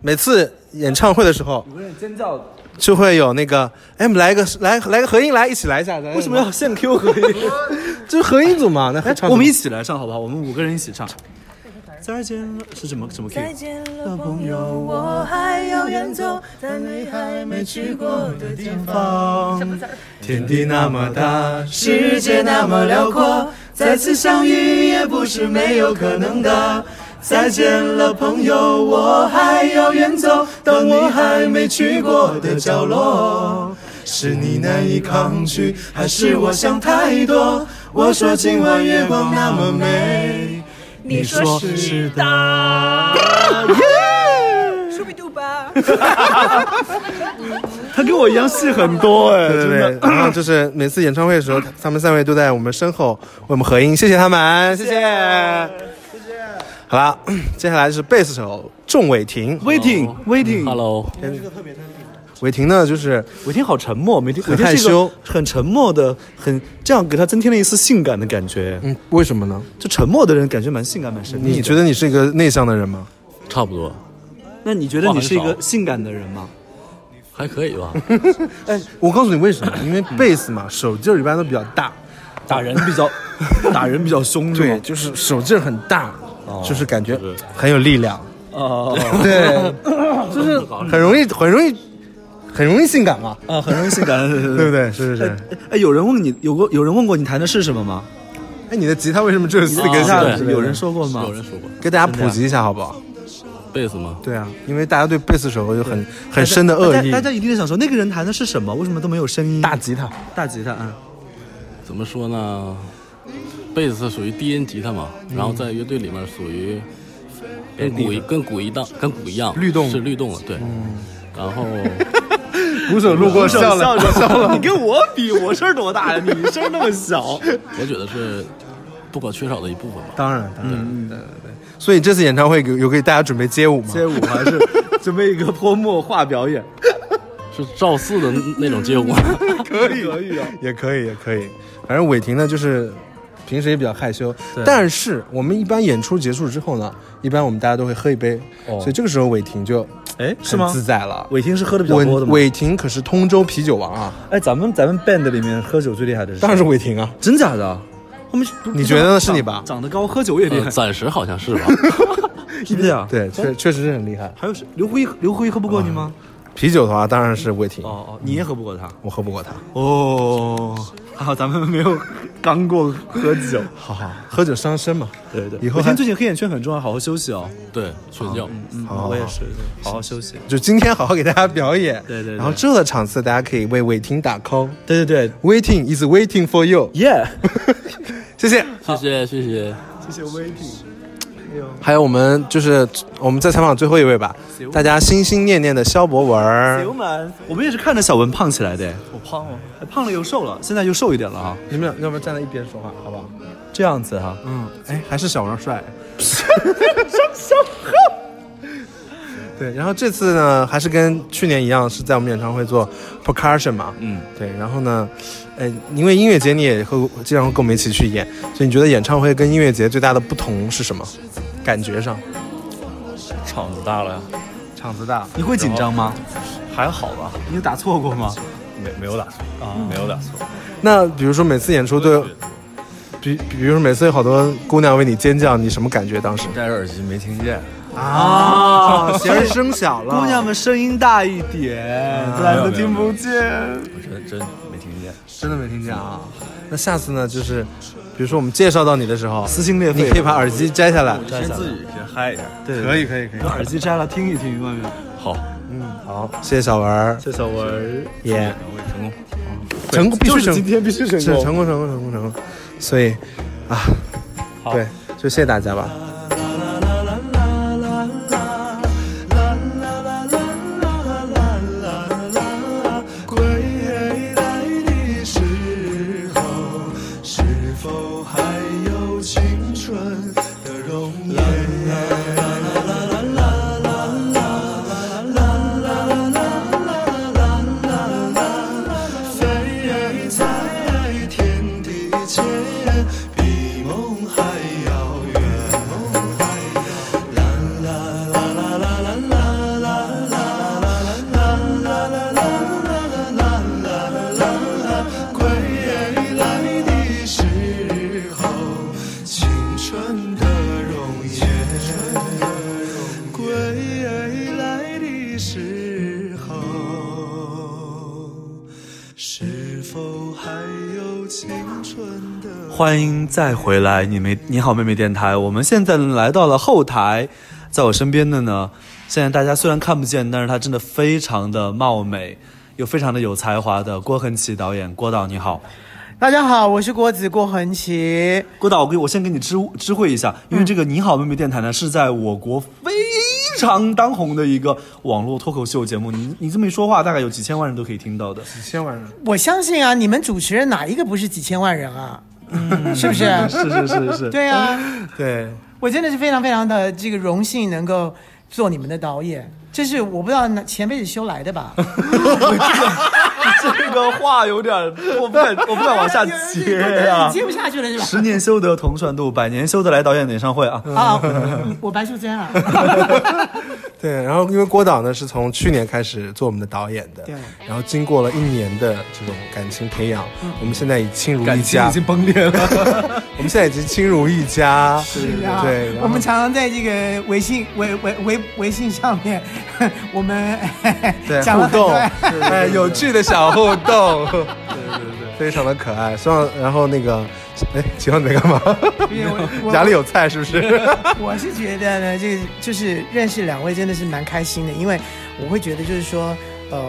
Speaker 2: 每次演唱会的时候，
Speaker 5: 真叫
Speaker 2: 就会有那个，哎，我们来一个来来个合音，来一起来一下。为
Speaker 4: 为什么要现 Q 合音？
Speaker 2: 就是合音组嘛？那合唱组
Speaker 4: 哎我们一起来唱好不好？我们五个人一起唱。再见了，是怎么怎么 Q？
Speaker 14: 再见了，朋友，我还要远走，在你还没去过的地方。
Speaker 1: 天地那么大，
Speaker 14: 世界那么辽阔，再次相遇也不是没有可能的。再见了，朋友，我还要远走到你还没去过的角落。是你难以抗拒，还是我想太多？我说今晚月光那么美，你说是的。
Speaker 4: 他跟我一样戏很多哎，
Speaker 2: 对对
Speaker 4: 真的
Speaker 2: 对，然后就是每次演唱会的时候，他们三位都在我们身后为我们合音，谢谢他们，谢谢，谢谢。好啦， [clears throat] 接下来是贝斯手仲伟霆。
Speaker 4: Waiting Waiting，
Speaker 13: Hello，
Speaker 2: 伟霆呢，就是
Speaker 4: 伟霆好沉默，伟霆
Speaker 2: 很
Speaker 4: 伟霆是一个
Speaker 2: 害羞
Speaker 4: 很沉默的，很这样给他增添了一丝性感的感觉。
Speaker 2: 嗯，为什么呢？
Speaker 4: 就沉默的人感觉蛮性感蛮神秘的。
Speaker 2: 你觉得你是一个内向的人吗？
Speaker 13: 差不多，
Speaker 4: 那你觉得你是一
Speaker 13: 话很
Speaker 4: 个
Speaker 2: 啊
Speaker 13: 少
Speaker 4: 性感的人吗？
Speaker 13: 还可以吧。
Speaker 2: [laughs] 哎，我告诉你为
Speaker 13: [laughs]
Speaker 2: 什么，因为贝斯嘛，手劲儿一般都比较大，
Speaker 4: 打人比
Speaker 2: [laughs]
Speaker 4: 较，打人比较凶是
Speaker 2: 对，
Speaker 4: 吗？
Speaker 2: 就是手劲儿很大，就是感觉很有
Speaker 4: [laughs]
Speaker 2: 力量，
Speaker 4: 哦，
Speaker 2: 对，就是很容易，很容易，很容易性感嘛，
Speaker 4: 啊，很容易性感，
Speaker 2: [laughs] 对
Speaker 4: 对
Speaker 2: 不？对？是不是？
Speaker 4: 哎哎，有人问你，有过有人问过你弹的是什么吗？
Speaker 2: 哎，你的吉他为什么只有四根
Speaker 4: 等一
Speaker 2: 弦
Speaker 4: 下
Speaker 2: 儿之类的？
Speaker 4: 有人说过吗？
Speaker 13: 有人说过
Speaker 2: 给大家普及一下好
Speaker 4: 啊
Speaker 2: 不好？
Speaker 13: 贝斯吗？
Speaker 2: 对啊，因为大家对贝斯手有很很
Speaker 4: 很
Speaker 2: 深的恶意。
Speaker 4: 大家一定想说那个人弹的是什么？为什么都没有声音？
Speaker 2: 大吉他，
Speaker 4: 大吉他啊，
Speaker 13: 怎么说呢？贝斯属于低音吉他嘛，
Speaker 2: 嗯
Speaker 13: 然后在乐队里面属于跟鼓一跟鼓一档跟鼓一样，
Speaker 2: 律动嗯
Speaker 13: 是律动了，对。然后
Speaker 2: [laughs] 鼓手路过笑了，
Speaker 4: 着笑
Speaker 2: [laughs]
Speaker 4: 了。你跟我比，我声儿多大呀？你声儿那么小。
Speaker 13: 我觉得是不可缺少的一部分吧。
Speaker 2: 当然，当然，对对对。嗯所以这次演唱会有有给大家准备街舞吗？
Speaker 4: 街舞还是准备一个泼墨画表演？
Speaker 13: [laughs] 是赵四的那种街舞，
Speaker 4: 可以可以啊。
Speaker 2: [laughs] 也可以，也可以。反正伟霆呢，就是平时也比较害羞，但是我们一般演出结束之后呢，一般我们大家都会喝一杯，所以这个时候伟霆就
Speaker 4: 哎，是
Speaker 2: 很
Speaker 4: 吗？
Speaker 2: 自在了。
Speaker 4: 伟霆哦是喝的比较
Speaker 2: 伟
Speaker 4: 多的吗？
Speaker 2: 伟霆可是通州啤酒王啊，
Speaker 4: 哎，咱们咱们 band 里面喝酒最厉害的是谁？
Speaker 2: 当然是伟霆啊。
Speaker 4: 真假的。我们不
Speaker 2: 你觉得是你吧
Speaker 4: 长长得高，喝酒也厉害
Speaker 13: 呃，暂时好像是吧。
Speaker 4: 是不是啊？
Speaker 2: 对，确确实是很厉害。哦
Speaker 4: 还有谁？刘辉，刘辉喝不过你吗？
Speaker 2: 啤酒的话，当然是伟霆
Speaker 4: 哦，哦，你也喝不过他。
Speaker 2: 我喝不过他。
Speaker 4: 哦，还好咱们没有刚过喝酒。
Speaker 2: 好好，喝酒伤身嘛。
Speaker 4: 对对，
Speaker 2: 以后
Speaker 4: 伟
Speaker 2: 还
Speaker 4: 霆最近黑眼圈很重要，好好休息哦。
Speaker 13: 对，睡觉。
Speaker 4: 嗯，
Speaker 2: 好好
Speaker 4: 我也是，对好好休息。
Speaker 2: 就今天好好给大家表演。
Speaker 4: 对对对
Speaker 2: 然后这个场次大家可以为伟霆打 call。
Speaker 4: 对对对
Speaker 2: Waiting is waiting for you。
Speaker 4: ，Yeah，
Speaker 2: [laughs] 谢谢。
Speaker 13: 谢谢谢谢，
Speaker 4: 谢谢威霆。
Speaker 2: 还有我们就是我们再采访最后一位吧，大家心心念念的肖博文儿
Speaker 4: 刘。满，我们也是看着小文胖起来的，
Speaker 13: 我胖吗？
Speaker 4: 哎胖了又瘦了，现在又瘦一点了啊，
Speaker 2: 你们俩要不要站在一边说话，好不好？
Speaker 4: 这样子哈。
Speaker 2: 嗯，哎，还是小文帅。对，然后这次呢，还是跟去年一样，是在我们演唱会做 percussion 嘛。
Speaker 13: 嗯，
Speaker 2: 对，然后呢，呃，因为音乐节你也会经常会跟我们一起去演，所以你觉得演唱会跟音乐节最大的不同是什么？感觉上，
Speaker 13: 场子大了呀，
Speaker 2: 场子大，
Speaker 4: 你会紧张吗？
Speaker 13: 还好吧？
Speaker 4: 你有打错过吗？啊
Speaker 13: 没没有打错，没有打错。
Speaker 2: 那比如说每次演出都有，比比如说每次有好多姑娘为你尖叫，你什么感觉？当时
Speaker 13: 戴着耳机没听见，
Speaker 4: [laughs]
Speaker 2: 啊，嫌声小了
Speaker 4: 姑娘们声音大一点，不然都听不见。
Speaker 13: 我真真啊没听见。
Speaker 2: 真的没听见啊。那下次呢，就是比如说我们介绍到你的时候，
Speaker 4: 撕心裂肺
Speaker 2: 你可以把耳机摘下来。
Speaker 13: 先自己先嗨一下。
Speaker 4: 对，
Speaker 2: 可
Speaker 4: 以，
Speaker 2: 以可以可以
Speaker 4: 把，耳机摘了听一听外面。嗯
Speaker 13: 好，
Speaker 2: 好，谢谢小文儿，
Speaker 4: 这小文，
Speaker 2: 耶，
Speaker 13: 两位成功。
Speaker 2: 成功必须成，
Speaker 4: 天必须成
Speaker 2: 是成功成功成功成功，所以啊，对，就谢谢大家吧。
Speaker 1: 归来的时候，是否还有青春的容颜？飞
Speaker 4: 欢迎再回来，你妹，你好妹妹电台。我们现在来到了后台，在我身边的呢，现在大家虽然看不见，但是她真的非常的貌美，又非常的有才华的郭恒奇导演。郭导你好，
Speaker 15: 大家好，我是郭子郭恒奇。
Speaker 4: 郭导，我给我先给你知知会一下，因为这个你好妹妹电台呢是在我国非常当红的一个网络脱口秀节目，你你这么一说话，大概有几千万人都可以听到的，几？
Speaker 2: 千万人。
Speaker 15: 我相信啊，你们主持人哪一个不是几千万人啊？ [laughs] 是
Speaker 2: [laughs]
Speaker 15: 不是
Speaker 4: [laughs] 是是是是
Speaker 15: 对啊，
Speaker 4: [laughs] 对，
Speaker 15: 我真的是非常非常的这个荣幸能够做你们的导演，这是我不知道哪前辈子修来的
Speaker 2: [laughs]
Speaker 15: 吧？
Speaker 4: [laughs] 这个话有点，我不敢，我不敢往下接呀、
Speaker 2: 啊
Speaker 15: 接不下去了是吧
Speaker 4: 十年修得同船渡，百年修得来导演演唱会啊！
Speaker 15: 啊，你我白素贞啊，
Speaker 2: 对，然后因为郭导呢是从去年开始做我们的导演的，
Speaker 15: 对
Speaker 2: 然后经过了一年的这种感情培养，
Speaker 15: 嗯
Speaker 2: 我们现在已亲如一
Speaker 4: 感情
Speaker 2: 家，
Speaker 4: 已经崩裂了，
Speaker 2: [laughs] 我们现在已经亲如一家，
Speaker 15: 是啊，
Speaker 2: [laughs] 对，然
Speaker 15: 我
Speaker 2: 后
Speaker 15: 们常常在这个微信、微微微微信上面， [laughs] 我们
Speaker 2: 对
Speaker 15: 讲
Speaker 2: 互
Speaker 15: 了很多
Speaker 2: 动，
Speaker 15: [laughs]
Speaker 2: [laughs] 哎，有趣的小互动， [laughs] 对对对，非常的可爱。希望然后那个，哎，请问你在干嘛？
Speaker 15: 我
Speaker 2: [laughs] 家里有菜是不是？
Speaker 15: [laughs] 我是觉得呢，这个就是认识两位真的是蛮开心的，因为我会觉得就是说，呃，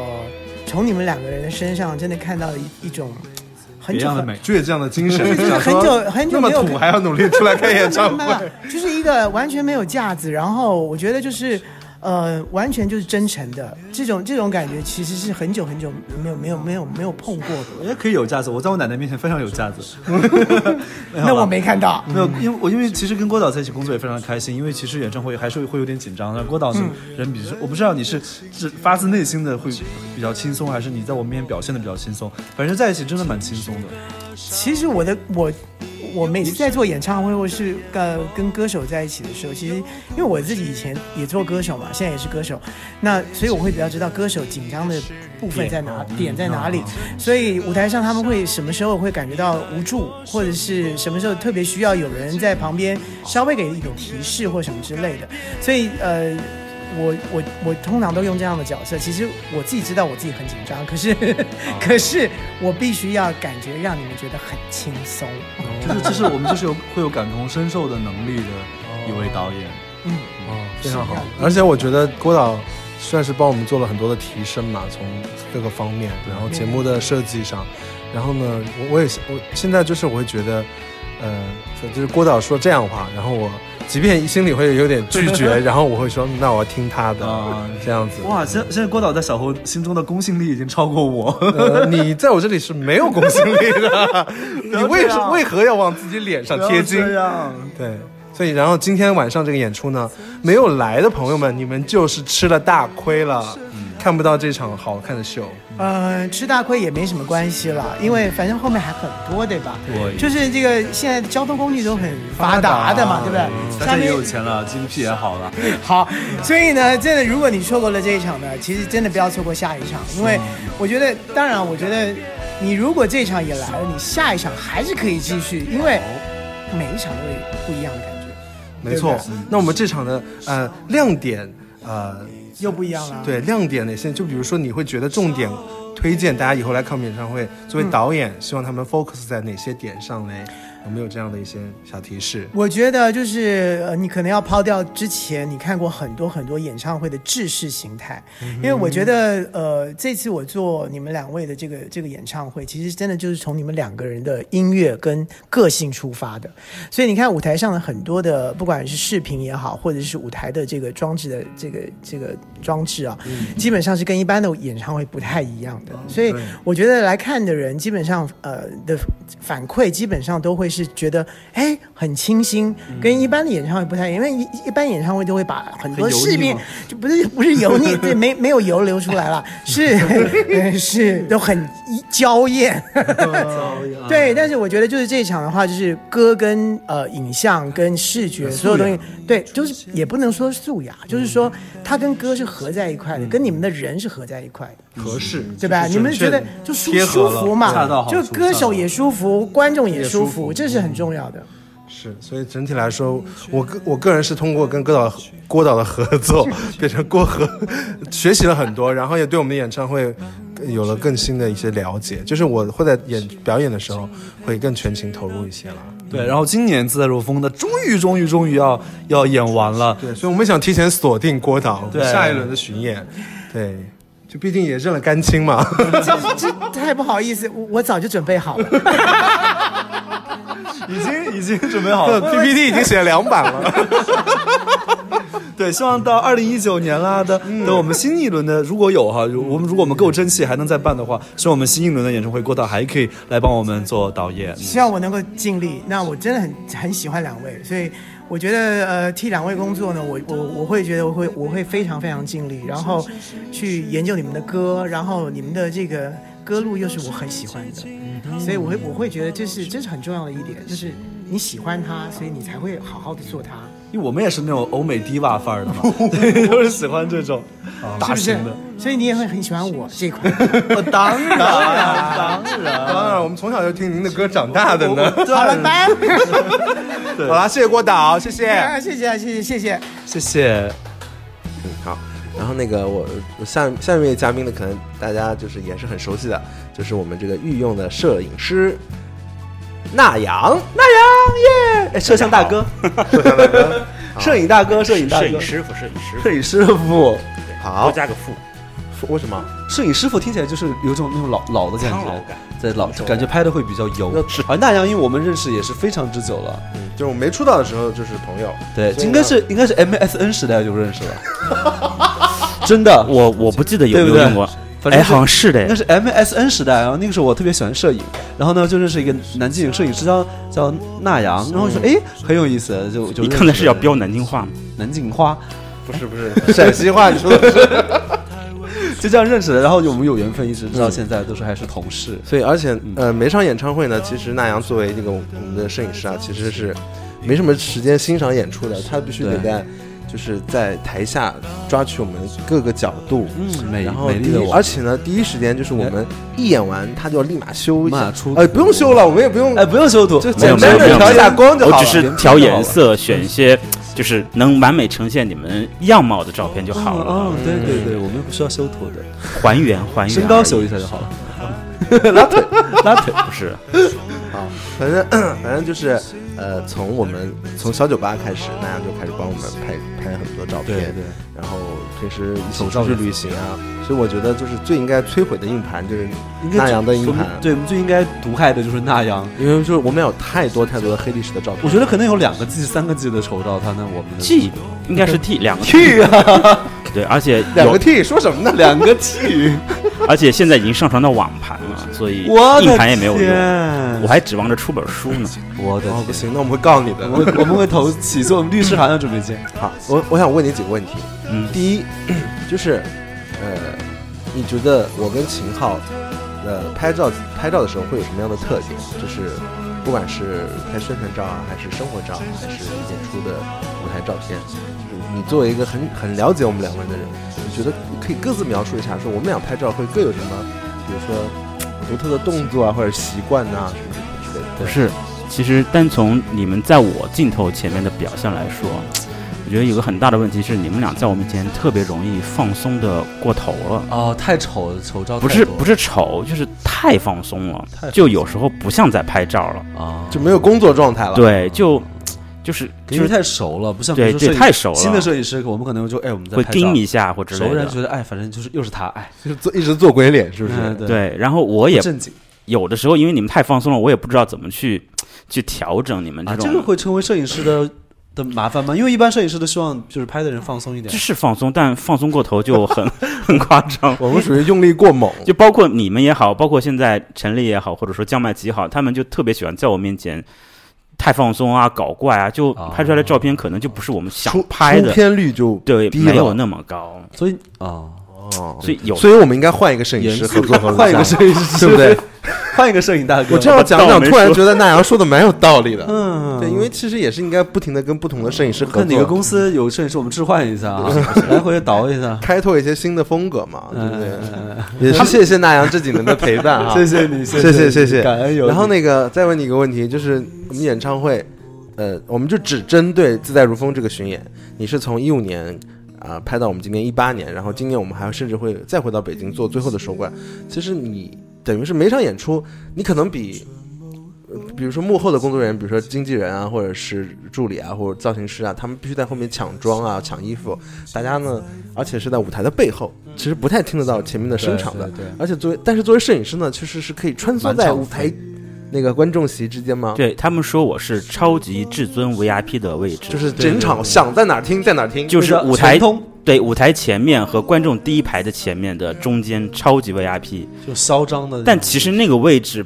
Speaker 15: 从你们两个人的身上真的看到了一一种很久很
Speaker 2: 倔强的精神，
Speaker 15: 就是
Speaker 2: 想
Speaker 15: 很
Speaker 2: 说
Speaker 15: 久很久
Speaker 2: 那么
Speaker 15: 没有
Speaker 2: 土还要努力出来开
Speaker 15: [laughs]
Speaker 2: 演唱
Speaker 15: 没有没
Speaker 2: 会
Speaker 15: 有，就是一个完全没有架子，然后我觉得就是。呃，完全就是真诚的这种这种感觉，其实是很久很久没有没有没有没有碰过的。
Speaker 4: 我觉得可以有架子，我在我奶奶面前非常有架子。
Speaker 15: [laughs] 那我没看到
Speaker 4: 没有，因为我因为其实跟郭导在一起工作也非常开心，因为其实演唱会还是会有点紧张，但郭导是
Speaker 15: 嗯
Speaker 4: 人比我不知道你是是发自内心的会比较轻松，还是你在我面前表现的比较轻松，反正在一起真的蛮轻松的。
Speaker 15: 其实我的我我每次在做演唱会或是呃跟歌手在一起的时候，其实因为我自己以前也做歌手嘛，现在也是歌手，那所以我会比较知道歌手紧张的部分在哪
Speaker 14: 点
Speaker 15: 点在哪里
Speaker 14: 嗯，
Speaker 15: 所以舞台上他们会什么时候会感觉到无助，或者是什么时候特别需要有人在旁边稍微给一点提示或什么之类的，所以呃。我我我通常都用这样的角色，其实我自己知道我自己很紧张，可是
Speaker 4: 啊
Speaker 15: [laughs] 可是我必须要感觉让你们觉得很轻松。
Speaker 4: 哦就是这是我们就是有会有感同身受的能力的一位导演，
Speaker 15: 嗯，
Speaker 4: 哦
Speaker 2: 非常好。而且我觉得郭导算是帮我们做了很多的提升嘛，从各个方面，然后节目的设计上，然后呢，我我也我现在就是我会觉得，呃，就是郭导说这样话，然后我即便心里会有点拒
Speaker 4: [laughs]
Speaker 2: 绝，然后我会说那我要听他的、
Speaker 4: 啊
Speaker 2: 这样子。
Speaker 4: 哇，现现在郭导在小侯心中的公信力已经超过我。
Speaker 2: 呃，你在我这里是没有公信
Speaker 4: [laughs]
Speaker 2: 力的，
Speaker 15: [laughs]
Speaker 4: 不要
Speaker 2: 你为
Speaker 4: 这
Speaker 2: 什
Speaker 4: 样
Speaker 2: 为何要往自己脸上贴金
Speaker 4: 不要这样？
Speaker 2: 对，所以然后今天晚上这个演出呢，没有来的朋友们，你们就是吃了大亏了，看不到这场好看的秀。
Speaker 15: [laughs] 呃，吃大亏也没什么关系了，因为反正后面还很多，对吧？
Speaker 4: 对
Speaker 15: 就是这个现在交通工具都很发达的嘛，对不对？
Speaker 4: 大家
Speaker 15: 上
Speaker 4: 啊也
Speaker 15: 面
Speaker 4: 嗯有钱了，经济也好了。
Speaker 15: [laughs] 好，所以呢，真的，如果你错过了这一场呢，其实真的不要错过下一场，因为我觉得，当然，我觉得你如果这一场也来了，你下一场还是可以继续，因为每一场都有不一样的感觉，
Speaker 2: 没错
Speaker 15: 对嗯不对，
Speaker 2: 那我们这场的呃亮点呃
Speaker 15: 又不一样了。
Speaker 2: 对亮点哪些？就比如说你会觉得重点推荐大家以后来看我们演唱会，作为
Speaker 15: 嗯
Speaker 2: 导演，希望他们 focus 在哪些点上嘞？有没有这样的一些小提示？
Speaker 15: 我觉得就是呃，你可能要抛掉之前你看过很多很多演唱会的制式形态，因为我觉得呃，这次我做你们两位的这个这个演唱会，其实真的就是从你们两个人的音乐跟个性出发的，所以你看舞台上的很多的，不管是视频也好，或者是舞台的这个装置的这个这个装置啊，基本上是跟一般的演唱会不太一样的，所以
Speaker 14: 对
Speaker 15: 我觉得来看的人基本上呃的反馈基本上都会是觉得哎很清新，
Speaker 14: 嗯
Speaker 15: 跟一般的演唱会不太一样，因为一一般演唱会都会把很多
Speaker 14: 很油腻
Speaker 15: 视频
Speaker 14: 吗
Speaker 15: 就不是不是
Speaker 14: [laughs]
Speaker 15: 油腻，对，没没有油流出来了，是呃是 [laughs] 都很娇艳， [laughs]
Speaker 14: 嗯
Speaker 15: 对，但是我觉得就是这一场的话，就是歌跟呃影像跟视觉
Speaker 14: 呃素
Speaker 15: 所有东西
Speaker 14: 养，
Speaker 15: 对，就是也不能说素雅，就是说它跟歌是合在一块
Speaker 14: 嗯
Speaker 15: 的，跟你们的人是合在一块的。
Speaker 2: 合适，
Speaker 15: 对吧？
Speaker 2: 就是
Speaker 15: 你们
Speaker 2: 准
Speaker 15: 觉
Speaker 2: 确的
Speaker 15: 得就舒
Speaker 2: 贴合
Speaker 15: 舒
Speaker 2: 了
Speaker 15: 服
Speaker 2: 恰到
Speaker 15: 嘛，
Speaker 2: 好
Speaker 15: 就
Speaker 2: 处
Speaker 15: 歌
Speaker 2: 恰到
Speaker 15: 手也舒服，观众也
Speaker 2: 也
Speaker 15: 舒
Speaker 2: 舒
Speaker 15: 服，
Speaker 2: 服
Speaker 15: 这是很重要
Speaker 2: [laughs]
Speaker 15: 的。
Speaker 2: 是，所以整体来说，我个我个人是通过跟郭导
Speaker 15: [laughs]
Speaker 2: 郭导的合作，变成郭合，学习了很多，然后也对我们的演唱会，有了更新的一些了解，就是我会在演表演的时候会更全情投入一些了。
Speaker 4: 对，然后今年自在如风的终于终于终于要要演完了，
Speaker 2: 对，所以我们想提前锁定郭导
Speaker 4: 对
Speaker 2: 下一轮的巡演，对，就毕竟也认了干亲
Speaker 4: [laughs]
Speaker 2: 嘛。
Speaker 15: 这这太不好意思，我我早就准备好了。
Speaker 4: 已经已经准备好
Speaker 2: [laughs]
Speaker 4: 了
Speaker 2: PPT 已经写了两版了。
Speaker 4: [laughs] 对，希望到二零一九年啦的，等我们新一轮的如果有哈，如我们如果我们够争气还能再办的话，希望我们新一轮的演唱会郭导还可以来帮我们做导演。
Speaker 2: 嗯
Speaker 15: 希望我能够尽力。那我真的很很喜欢两位，所以我觉得呃替两位工作呢，我我我会觉得我会我会非常非常尽力，然后去研究你们的歌，然后你们的这个歌路又是我很喜欢
Speaker 2: 嗯
Speaker 15: 的，所以我会我会觉得这是这是很重要的一点，就是你喜欢它，所以你才会好好的做它。
Speaker 4: 因为我们也是那种欧美低洼范儿的嘛，
Speaker 2: [laughs]
Speaker 4: 对都是喜欢这种大型
Speaker 15: 是
Speaker 4: 的。
Speaker 15: 不是？所以你也会很喜欢我这一款。
Speaker 4: 当
Speaker 15: [laughs]
Speaker 4: 然，
Speaker 2: 当然，当然，我们从小就听您的歌长大的呢。 [laughs]
Speaker 15: 好了，拜。
Speaker 2: 好啦，谢谢郭导，谢谢。
Speaker 15: [laughs] 啊谢谢啊谢谢谢谢。
Speaker 4: 谢谢。
Speaker 2: 嗯，好。然后那个我我下下面一位嘉宾呢，可能大家就是也是很熟悉的，就是我们这个御用的摄影师纳阳，纳阳耶，哎摄像大哥， [laughs] 摄像
Speaker 4: [laughs]
Speaker 2: 大哥，摄影大哥，摄影大哥，
Speaker 16: 摄影师傅，摄影师傅，
Speaker 2: 摄影师傅，好，
Speaker 16: 多加个副，
Speaker 2: 为什么？
Speaker 3: 摄影师傅听起来就是有种那种老老的感
Speaker 16: 苍老
Speaker 3: 觉
Speaker 16: 感，
Speaker 3: 在老感觉拍的会比较油。而那样，因为我们认识也是非常之久了，
Speaker 2: 嗯，就是我没出道的时候就是朋友，
Speaker 3: 对，
Speaker 2: 所以
Speaker 3: 应该是应该是 MSN 时代就认识了， [laughs]
Speaker 16: 真的，我我不记得有
Speaker 3: 对
Speaker 16: 没
Speaker 3: 不
Speaker 16: 有
Speaker 3: 对
Speaker 16: 用过？，
Speaker 3: 反正
Speaker 16: 哎，好像是的，
Speaker 3: 那是 MSN 时代啊，那个时候我特别喜欢摄影，然后呢就认识一个南京摄影师叫叫纳阳，然后我说哎很有意思，就就
Speaker 16: 你
Speaker 3: 认
Speaker 16: 刚才
Speaker 3: 识
Speaker 16: 是要标南京话吗？
Speaker 3: 南京话，
Speaker 2: 不是不是 [laughs] 陕西话，你说的是。
Speaker 3: [laughs] 就这样认识的，然后我们有缘分一直直到现在都是还是同事，嗯
Speaker 2: 所以而且呃，每场演唱会呢，其实那阳作为这个我们的摄影师啊，其实是没什么时间欣赏演出的，他必须得
Speaker 3: 对
Speaker 2: 在就是在台下抓取我们各个角度，
Speaker 3: 嗯美
Speaker 2: 然后
Speaker 3: 美
Speaker 2: 第
Speaker 3: 丽的
Speaker 2: 一，
Speaker 3: 我
Speaker 2: 而且呢，第一时间就是我们一演完，他就要立马修一
Speaker 3: 马
Speaker 2: 下
Speaker 3: 出，
Speaker 2: 呃，不用修了，我们也不用，哎，
Speaker 3: 不用修图，
Speaker 2: 就
Speaker 16: 没有没
Speaker 2: 简单
Speaker 16: 有没
Speaker 2: 的
Speaker 16: 有，
Speaker 2: 调一下光就好
Speaker 16: 我
Speaker 2: 了，
Speaker 16: 只是调颜色，选一些就是能完美呈现你们样貌的照片就好了，嗯
Speaker 3: 哦，对对对，我们又不需要修图的，
Speaker 16: 还原还原。
Speaker 3: 身高修一下就好了。[laughs]
Speaker 16: 嗯 [laughs] 拉腿不是，
Speaker 2: [laughs] 啊，反正反正就是，呃，从我们从小酒吧开始，那样就开始帮我们拍拍很多照片，
Speaker 3: 对对
Speaker 2: 然后平时一起
Speaker 3: 手照
Speaker 2: 出去
Speaker 3: 也是
Speaker 2: 旅行啊，所以我觉得就是最应该摧毁的硬盘就是
Speaker 3: 应该
Speaker 2: 那样的硬
Speaker 3: 最
Speaker 2: 盘，
Speaker 3: 对，我们最应该毒害的就是那样。
Speaker 2: 因为就是我们有太多太多的黑历史的照片，
Speaker 3: 我觉得可能有两个 G、三个 G 的丑照，他那我们的
Speaker 16: G 应该是 T 两个
Speaker 3: T 啊，
Speaker 16: 对，而且
Speaker 2: [laughs] 两个
Speaker 16: 有，
Speaker 2: T 说什么呢？
Speaker 3: 两个 T，
Speaker 16: [laughs] 而且现在已经上传到网盘了，所以
Speaker 3: 我的
Speaker 16: 硬盘也没有
Speaker 3: 天
Speaker 16: 用，我还指望着出本书呢。
Speaker 3: 我的
Speaker 2: 哦，不行，那我们会告你的。
Speaker 3: 我们我们会投起诉，我们律师函要准备见。
Speaker 2: 好，我我想问你几个问题，
Speaker 16: 嗯，
Speaker 2: 第一就是，呃，你觉得我跟秦昊，呃，拍照拍照的时候会有什么样的特点？就是不管是拍宣传照啊，还是生活照，还是演出的舞台照片，就是你作为一个很很了解我们两个人的人，你觉得可以各自描述一下，说我们俩拍照会各有什么，比如说独特的动作啊，或者习惯呐、什么之类的。
Speaker 16: 不是，其实单从你们在我镜头前面的表现来说，我觉得有个很大的问题是，你们俩在我面前特别容易放松的过头了。
Speaker 3: 哦，太丑了，丑照
Speaker 16: 不是不是丑，就是太放松了，就有时候不像在拍照了。
Speaker 3: 啊，
Speaker 2: 就没有工作状态了。
Speaker 16: 对，就就是
Speaker 3: 因
Speaker 16: 就
Speaker 3: 为
Speaker 16: 是
Speaker 3: 太熟了，不像
Speaker 16: 对
Speaker 3: 比如说
Speaker 16: 对
Speaker 3: 摄影
Speaker 16: 太熟了
Speaker 3: 新的摄影师，我们可能就哎我们在
Speaker 16: 会
Speaker 3: 拍照
Speaker 16: 盯一下或之类的
Speaker 3: 熟人觉得哎，反正就是又是他哎，
Speaker 2: 就是做一直做鬼脸，是不是？
Speaker 3: 嗯
Speaker 16: 对，然后我也
Speaker 3: 不正经
Speaker 16: 有的时候因为你们太放松了，我也不知道怎么去去调整你们
Speaker 3: 啊，
Speaker 16: 种。
Speaker 3: 这个会成为摄影师的的麻烦吗？因为一般摄影师都希望就是拍的人放松一点
Speaker 16: 这。是放松，但放松过头就很 [laughs] 很夸张。
Speaker 2: [laughs] 我们属于用力过猛，
Speaker 16: 就包括你们也好，包括现在陈丽也好，或者说江麦琪也好，他们就特别喜欢在我面前太放松啊、搞怪啊，就拍出来的照片可能就不是我们想
Speaker 2: 出
Speaker 16: 拍的
Speaker 2: 出，片率就
Speaker 16: 对，
Speaker 2: 低了
Speaker 16: 没有那么高。
Speaker 3: 所以啊，
Speaker 2: 哦，
Speaker 16: 所以有
Speaker 2: 所以我们应该换一个摄影师
Speaker 3: 严肃
Speaker 2: 合作
Speaker 16: [laughs]
Speaker 2: 合作，
Speaker 3: 换一个摄
Speaker 2: [laughs]
Speaker 3: 影师
Speaker 2: 对不对？
Speaker 3: 换一个摄影大哥，
Speaker 2: 我这样讲
Speaker 16: 倒
Speaker 2: 讲，
Speaker 16: 霉
Speaker 2: 突然
Speaker 16: 说
Speaker 2: 觉得那阳说的蛮有道理的。
Speaker 3: 嗯
Speaker 2: 对，因为其实也是应该不停的跟不同的摄影师合
Speaker 3: 看哪个
Speaker 2: 作，
Speaker 3: 公司有摄影师，我们置换一下啊，来回倒一下。
Speaker 2: 开拓一些新的风格嘛，对不对？
Speaker 3: 嗯，
Speaker 2: 也是谢谢那阳这几年的陪伴啊，
Speaker 3: [laughs] 谢谢你，
Speaker 2: 谢
Speaker 3: 谢
Speaker 2: 谢谢谢。
Speaker 3: 感恩有你。
Speaker 2: 然后那个再问你一个问题，就是我们演唱会，呃，我们就只针对《自在如风》这个巡演，你是从一五年。啊、拍到我们今年一八年，然后今年我们还甚至会再回到北京做最后的收官。其实你等于是每场演出，你可能比比如说幕后的工作人员，比如说经纪人啊，或者是助理啊，或者造型师啊，他们必须在后面抢妆啊、抢衣服。大家呢，而且是在舞台的背后，其实不太听得到前面的声场的。
Speaker 4: 对对对
Speaker 2: 而且作为，但是作为摄影师呢，其实是可以穿梭
Speaker 16: 满
Speaker 2: 在
Speaker 16: 场
Speaker 2: 舞台那个观众席之间吗？
Speaker 16: 对他们说我是超级至尊 VIP 的位置，
Speaker 2: 就是整场想在哪儿听在哪儿听，
Speaker 16: 就是舞台
Speaker 2: 全通。
Speaker 16: 对舞台前面和观众第一排的前面的中间超级 VIP，
Speaker 3: 就嚣张的那种。
Speaker 16: 但其实那个位置，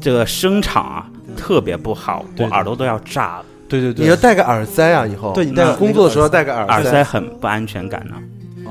Speaker 16: 这个声场啊特别不好，我
Speaker 3: 对
Speaker 16: 耳朵都要炸了。
Speaker 3: 对对
Speaker 2: 你要戴个耳塞啊，以后
Speaker 16: 对
Speaker 2: 你戴工作的时候戴个
Speaker 16: 耳
Speaker 2: 耳
Speaker 16: 塞很不安全感呢、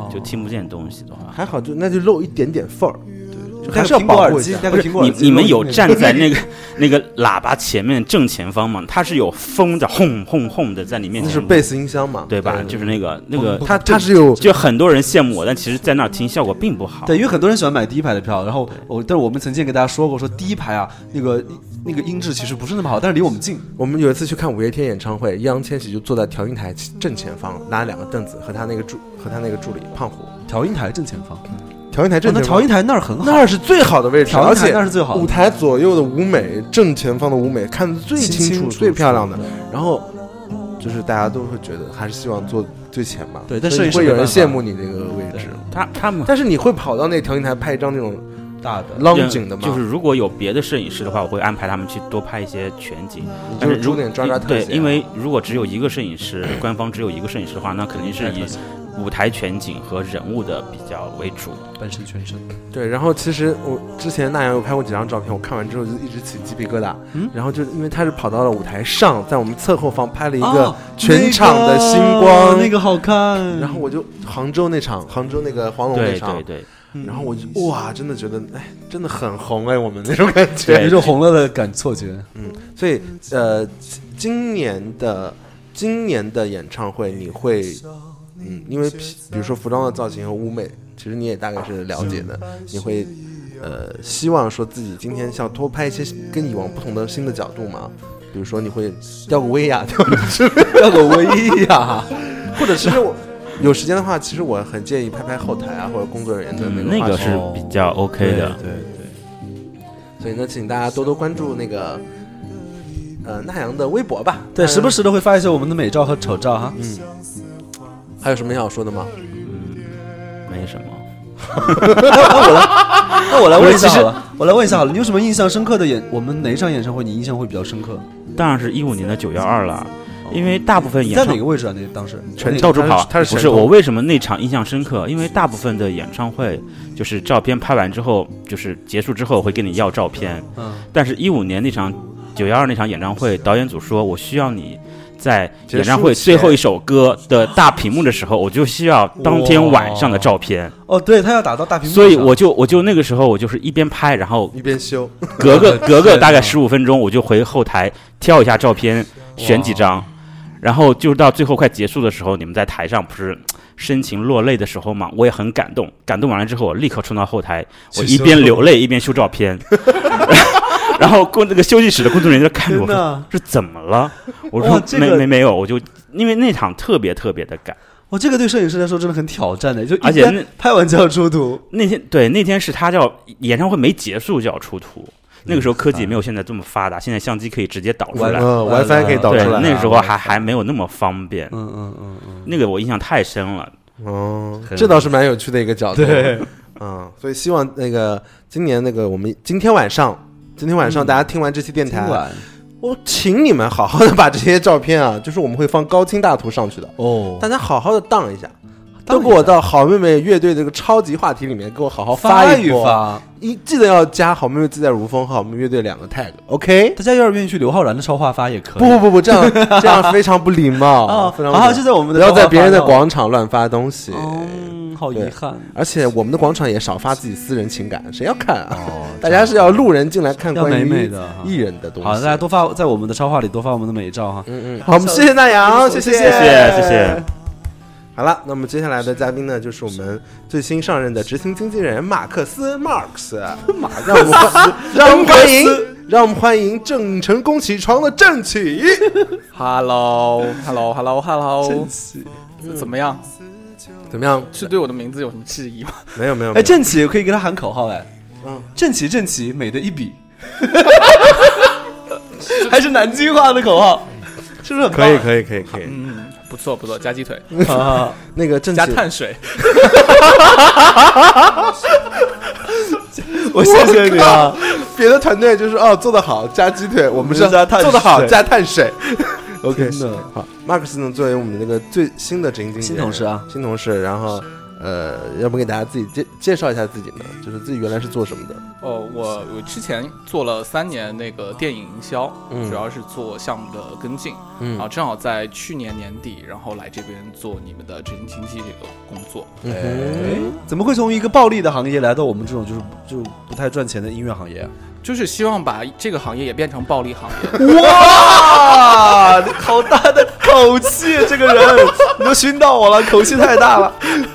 Speaker 16: 就听不见东西的话。
Speaker 2: 还好就那就露一点点缝儿，对，就
Speaker 16: 还
Speaker 2: 还
Speaker 16: 是
Speaker 2: 是
Speaker 16: 要
Speaker 2: 要
Speaker 16: 保
Speaker 2: 保
Speaker 16: 护
Speaker 2: 护
Speaker 16: 一
Speaker 2: 一
Speaker 16: 下
Speaker 2: 下。
Speaker 16: 不是你你们
Speaker 2: [laughs]
Speaker 16: 有站在那个那个喇叭前面正前方吗？它是有风的，轰轰轰的在你面前，
Speaker 2: 那是贝斯音箱嘛？
Speaker 16: 对吧？就是那个那个，
Speaker 2: 它它是
Speaker 16: 有，就很多人羡慕我，但其实在那儿听效果并不好。
Speaker 3: 对，因为很多人喜欢买第一排的票，然后我，但是我们曾经也跟大家说过，说第一排啊，那个那个音质其实不是那么好，但是离我们近。
Speaker 2: 我们有一次去看五月天演唱会，易烊千玺就坐在调音台正前方，拿两个凳子和他那个助和他那个助理胖虎。
Speaker 3: 调音台正前方，
Speaker 2: 调音台正前
Speaker 3: 哦那
Speaker 2: 方，
Speaker 3: 调音台那儿很好
Speaker 2: 那儿是最好的位置，
Speaker 3: 调音台
Speaker 2: 而且
Speaker 3: 那儿是最好的
Speaker 2: 舞台左右的舞美，正前方的舞美看得最
Speaker 3: 清
Speaker 2: 清
Speaker 3: 楚
Speaker 2: 楚、
Speaker 3: 楚
Speaker 2: 最漂亮的
Speaker 3: 楚。
Speaker 2: 然后就是大家都会觉得还是希望坐最前吧。
Speaker 3: 对但
Speaker 2: 所以
Speaker 3: 摄影
Speaker 2: 会
Speaker 3: 师没办法
Speaker 2: 有人羡慕你这个位置。
Speaker 16: 他他们，
Speaker 2: 但是你会跑到那调音台拍一张那种
Speaker 3: 大的
Speaker 2: 浪景的吗？
Speaker 16: 就是如果有别的摄影师的话，我会安排他们去多拍一些全景。但
Speaker 2: 嗯就是
Speaker 16: 如
Speaker 2: 重点抓抓特
Speaker 16: 对
Speaker 2: 写，啊
Speaker 16: 因为如果只有一个摄影师，官方只有一个摄影师的话，那肯定是以舞台全景和人物的比较为主。
Speaker 3: 半身全身。
Speaker 2: 对，然后其实我之前那阳有拍过几张照片，我看完之后就一直起鸡皮疙瘩。
Speaker 3: 嗯，
Speaker 2: 然后就因为他是跑到了舞台上，在我们侧后方拍了一个
Speaker 3: 哦
Speaker 2: 全场的星光，
Speaker 3: 那个那个好看。
Speaker 2: 然后我就杭州那场，杭州那个黄龙那
Speaker 16: 对
Speaker 2: 场，
Speaker 16: 对对。
Speaker 2: 然后我就哇，真的觉得哎，真的很红哎，我们 [laughs] 那种感觉，
Speaker 3: 有一种红了的感错觉。
Speaker 2: 嗯，所以呃，今年的今年的演唱会，你会嗯，因为比比如说服装的造型和舞美，其实你也大概是了解的，你会呃希望说自己今天想多拍一些跟以往不同的新的角度嘛？比如说你会吊个威亚， [laughs] 吊个
Speaker 3: 吊个威亚，
Speaker 2: 或者其实我。有时间的话，其实我很建议拍拍后台啊，或者工作人员的那
Speaker 16: 嗯
Speaker 2: 个、
Speaker 16: 那个是比较 OK 的
Speaker 2: 哦对对对。所以呢，请大家多多关注那个呃那阳的微博吧。
Speaker 3: 对，
Speaker 2: 那阳
Speaker 3: 时不时的会发一些我们的美照和丑照哈。
Speaker 2: 嗯，还有什么要说的吗？
Speaker 16: 没
Speaker 2: [laughs]
Speaker 16: 什么。
Speaker 3: [laughs] 那我来，那我来问一下好
Speaker 16: 我其
Speaker 3: 了，我来问一下好了，你有什么印象深刻的演？我们哪一场演唱会你印象会比较深刻？哦
Speaker 16: 当然是一五年的九幺二了，因为大部分
Speaker 3: 你
Speaker 16: 演
Speaker 3: 在
Speaker 16: 唱
Speaker 3: 哪个位置啊？那当时
Speaker 16: 到处跑，啊不是我
Speaker 3: 问
Speaker 16: 为什么那场印象深刻？因为大部分的演唱会就是照片拍完之后，就是结束之后会跟你要照片。
Speaker 3: 嗯
Speaker 16: 但是，一五年那场九幺二那场演唱会，导演组说我需要你在
Speaker 3: 结束
Speaker 16: 演唱会最后一首歌的大屏幕的时候，我就需要当天晚上的照片。
Speaker 3: 哦，对他要打到大屏幕上，
Speaker 16: 所以我就我就那个时候我就是一边拍，然后
Speaker 2: 一边
Speaker 3: [laughs]
Speaker 2: 修，
Speaker 16: 隔
Speaker 2: [laughs]
Speaker 16: 个隔个大概
Speaker 2: 是。
Speaker 16: 十五分钟，我就回后台挑一下照片，选几张，然后就是到最后快结束的时候，你们在台上不是深情落泪的时候嘛，我也很感动，感动完了之后，我立刻冲到后台，我一边流泪一边修
Speaker 3: [laughs]
Speaker 16: 照片，然后工那个休息室的工作人员就看着我
Speaker 3: 天
Speaker 16: 说
Speaker 3: 哪
Speaker 16: 是怎么了？我
Speaker 3: 啊哇
Speaker 16: 说
Speaker 3: 这
Speaker 16: 没
Speaker 3: 个
Speaker 16: 没没有，我就因为那场特别特别的赶。
Speaker 3: 我这个对摄影师来说真的很挑战的，就一
Speaker 16: 而且
Speaker 3: 边
Speaker 16: 那
Speaker 3: 拍完就要出图。
Speaker 16: 那天对，那天是他叫演唱会没结束就要出
Speaker 3: 嗯
Speaker 16: 图。那个时候科技
Speaker 3: 啊
Speaker 16: 也没有现在这么发达，现在相机可以直接导出来
Speaker 2: Wi- 呃，WiFi 可以导出来
Speaker 16: 对
Speaker 2: 啊
Speaker 16: 那个时候还还没有那么方便。
Speaker 3: 嗯嗯嗯嗯，
Speaker 16: 那个我印象太深了。
Speaker 2: 哦
Speaker 16: 很
Speaker 2: 这倒是蛮有趣的一个角度。
Speaker 16: 对，
Speaker 2: 嗯，所以希望那个今年那个我们今天晚上，今天晚上
Speaker 16: 嗯
Speaker 2: 大家听完这期电台
Speaker 16: 今晚，
Speaker 2: 我请你们好好的把这些照片啊，就是我们会放高清大图上去的
Speaker 3: 哦，
Speaker 2: 大家好好的荡一下。都给我到好妹妹乐队这个超级话题里面，给我好好
Speaker 3: 发
Speaker 2: 一
Speaker 3: 一
Speaker 2: 波
Speaker 3: 发
Speaker 2: 一记得要加好妹妹自在如风和好妹妹乐队两个 tag，OK？、
Speaker 3: 大家要是愿意去刘昊然的超话发也可以。
Speaker 2: 不不不不，这
Speaker 3: [laughs]
Speaker 2: 样这样非常不礼貌
Speaker 3: 哦
Speaker 2: 非常不礼
Speaker 3: 啊
Speaker 2: 貌
Speaker 3: 就在我们的
Speaker 2: 不要在
Speaker 3: 超话
Speaker 2: 别人的
Speaker 3: 发上
Speaker 2: 广场乱发东西，
Speaker 3: 嗯，好遗
Speaker 2: 对
Speaker 3: 憾。
Speaker 2: 而且我们的广场也少发自己私人情感，谁要看啊？ [laughs] 大家是要路人进来看
Speaker 3: 哦要
Speaker 2: 关
Speaker 3: 美
Speaker 2: 于
Speaker 3: 美的哈
Speaker 2: 艺人的东西。
Speaker 3: 好，大家多发在我们的超话里多发我们的美照哈。
Speaker 2: 嗯嗯，好，我们谢谢大洋，谢谢好了，那么接下来的嘉宾呢，就是我们最新上任的执行经纪人马克思
Speaker 3: [laughs]
Speaker 2: Marx。马让我们欢让我们欢迎
Speaker 14: 马克思，
Speaker 2: 让我们欢迎郑成功起床了，郑起。
Speaker 17: Hello，Hello，Hello，Hello，
Speaker 2: 真是
Speaker 17: 怎么样？
Speaker 2: 怎么样？
Speaker 17: 是对我的名字有什么质疑吗？
Speaker 2: 没有没有，
Speaker 3: 哎，郑琪可以给他喊口号哎，
Speaker 2: 嗯，
Speaker 3: 郑琪郑琪美的一笔， [laughs] 还是南京话的口号，是不是很棒
Speaker 2: 可以可以可以可以，
Speaker 17: 嗯，不错不错，加鸡腿
Speaker 2: 啊 [laughs] 那个郑
Speaker 17: 加
Speaker 2: 姐
Speaker 17: 碳
Speaker 2: [laughs]
Speaker 17: 水，
Speaker 3: [laughs]
Speaker 2: 我谢谢你啊！别的团队就是哦做得好加鸡腿，我们是
Speaker 3: 我们是加碳水
Speaker 2: 做得好加碳水。OK，
Speaker 3: [laughs] 真的
Speaker 2: 好，Max 呢作为我们那个最新的执行经理
Speaker 3: 新同事啊，
Speaker 2: 新同事，然后呃，要不给大家自己介介绍一下自己呢？就是自己原来是做什么的？
Speaker 17: 哦，我我之前做了三年那个电影营销，
Speaker 2: 嗯
Speaker 17: 主要是做项目的跟进，
Speaker 2: 嗯
Speaker 17: 然后正好在去年年底，然后来这边做你们的执行经济这个工作。
Speaker 3: 嗯
Speaker 2: 哎
Speaker 3: 怎么会从一个暴利的行业来到我们这种就是就不太赚钱的音乐行业啊？
Speaker 17: 就是希望把这个行业也变成暴利行业。
Speaker 1: [laughs]
Speaker 3: 啊哇，
Speaker 15: [laughs]
Speaker 4: 啊
Speaker 3: 好大的口气，啊这个人你都熏到我了，口气太大了。
Speaker 2: [laughs]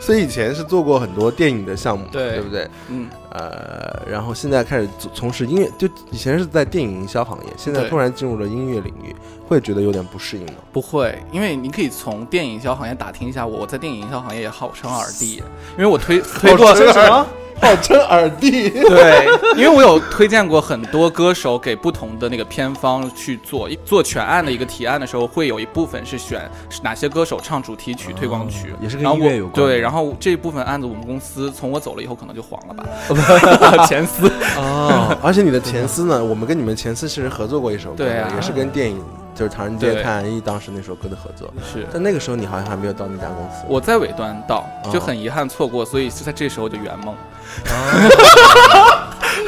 Speaker 2: 所以以前是做过很多电影的项目嘛，
Speaker 17: 对
Speaker 2: 不对？
Speaker 17: 嗯，
Speaker 2: 呃，然后现在开始从从事音乐，就以前是在电影营销行业，现在
Speaker 17: 对
Speaker 2: 突然进入了音乐领域，会觉得有点不适应吗？
Speaker 17: 不会，因为你可以从电影营销行业打听一下我，我在电影营销行业也好生耳地，因为我
Speaker 2: [laughs]
Speaker 17: 推推过
Speaker 2: 好撑耳？
Speaker 17: [laughs]
Speaker 2: 好撑耳地。
Speaker 17: 对，因为我有推荐过很多歌手给不同的那个片方去做做全案的一个提案的时候，会有一部分是选哪些歌手唱主题曲、推广
Speaker 2: 哦
Speaker 17: 曲，
Speaker 3: 也是跟
Speaker 17: 然后
Speaker 3: 音乐
Speaker 17: 我
Speaker 3: 有关
Speaker 17: 对，然后这部分案子我们公司从我走了以后，可能就黄了
Speaker 2: [laughs]
Speaker 17: 吧， [laughs] 前司 [laughs]
Speaker 2: 哦， [laughs] 而且你的前司呢，我们跟你们前司其实合作过一首歌，
Speaker 17: 对啊
Speaker 2: 也是跟电影就是《唐人街
Speaker 17: 对
Speaker 2: 探案一》当时那首歌的合作。
Speaker 17: 是
Speaker 2: 但那个时候你好像还没有到那家公司。
Speaker 17: 我在尾端到，就
Speaker 2: 哦
Speaker 17: 很遗憾错过，所以是在这时候就圆梦。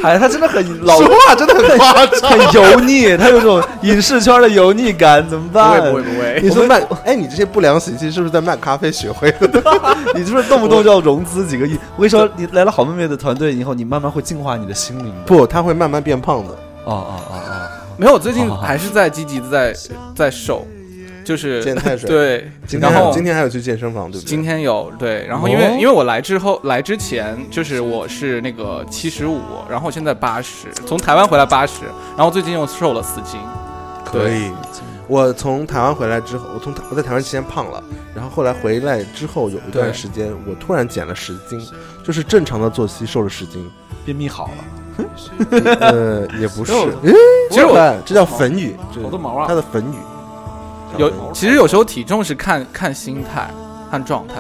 Speaker 3: 哎，他真的很老，
Speaker 17: 说话真的很夸
Speaker 3: [laughs]
Speaker 17: 张
Speaker 3: 很油腻，他有种影视圈的油腻感，怎么办？
Speaker 2: 不会不会不会你说慢，哎，你这些不良习气是不是在卖咖啡学会
Speaker 3: [laughs]
Speaker 2: 的？
Speaker 3: 你是不是动不动就要融资几个亿？我跟你说，你来了好妹妹的团队以后，你慢慢会净化你的心灵的。
Speaker 2: 不，他会慢慢变胖的。
Speaker 3: 哦哦哦哦，
Speaker 17: 没有，我最近还是在积极的在在瘦，就是
Speaker 2: 健太水。
Speaker 17: 对，
Speaker 2: 今天
Speaker 17: 然
Speaker 2: 还有
Speaker 17: 后
Speaker 2: 今天还有去健身房，对不对？
Speaker 17: 今天有对，然后因为、
Speaker 3: 哦
Speaker 17: 因为我来之后来之前就是我是那个七十五，然后现在八十，从台湾回来八十，然后最近又瘦了四斤，
Speaker 2: 可以。我从台湾回来之后，我从台我在台湾期间胖了，然后后来回来之后有一
Speaker 3: 对
Speaker 2: 段时间，我突然减了十斤，就是正常的作息瘦了十斤，
Speaker 3: 便秘好了。
Speaker 2: 呃，
Speaker 17: [laughs]
Speaker 2: 也不是
Speaker 3: 没有，
Speaker 2: 诶
Speaker 17: 其实我
Speaker 2: 哎这叫粉语，这
Speaker 17: 好多毛啊
Speaker 2: 它的粉语
Speaker 17: 有其实有时候体重是看看心态看状态，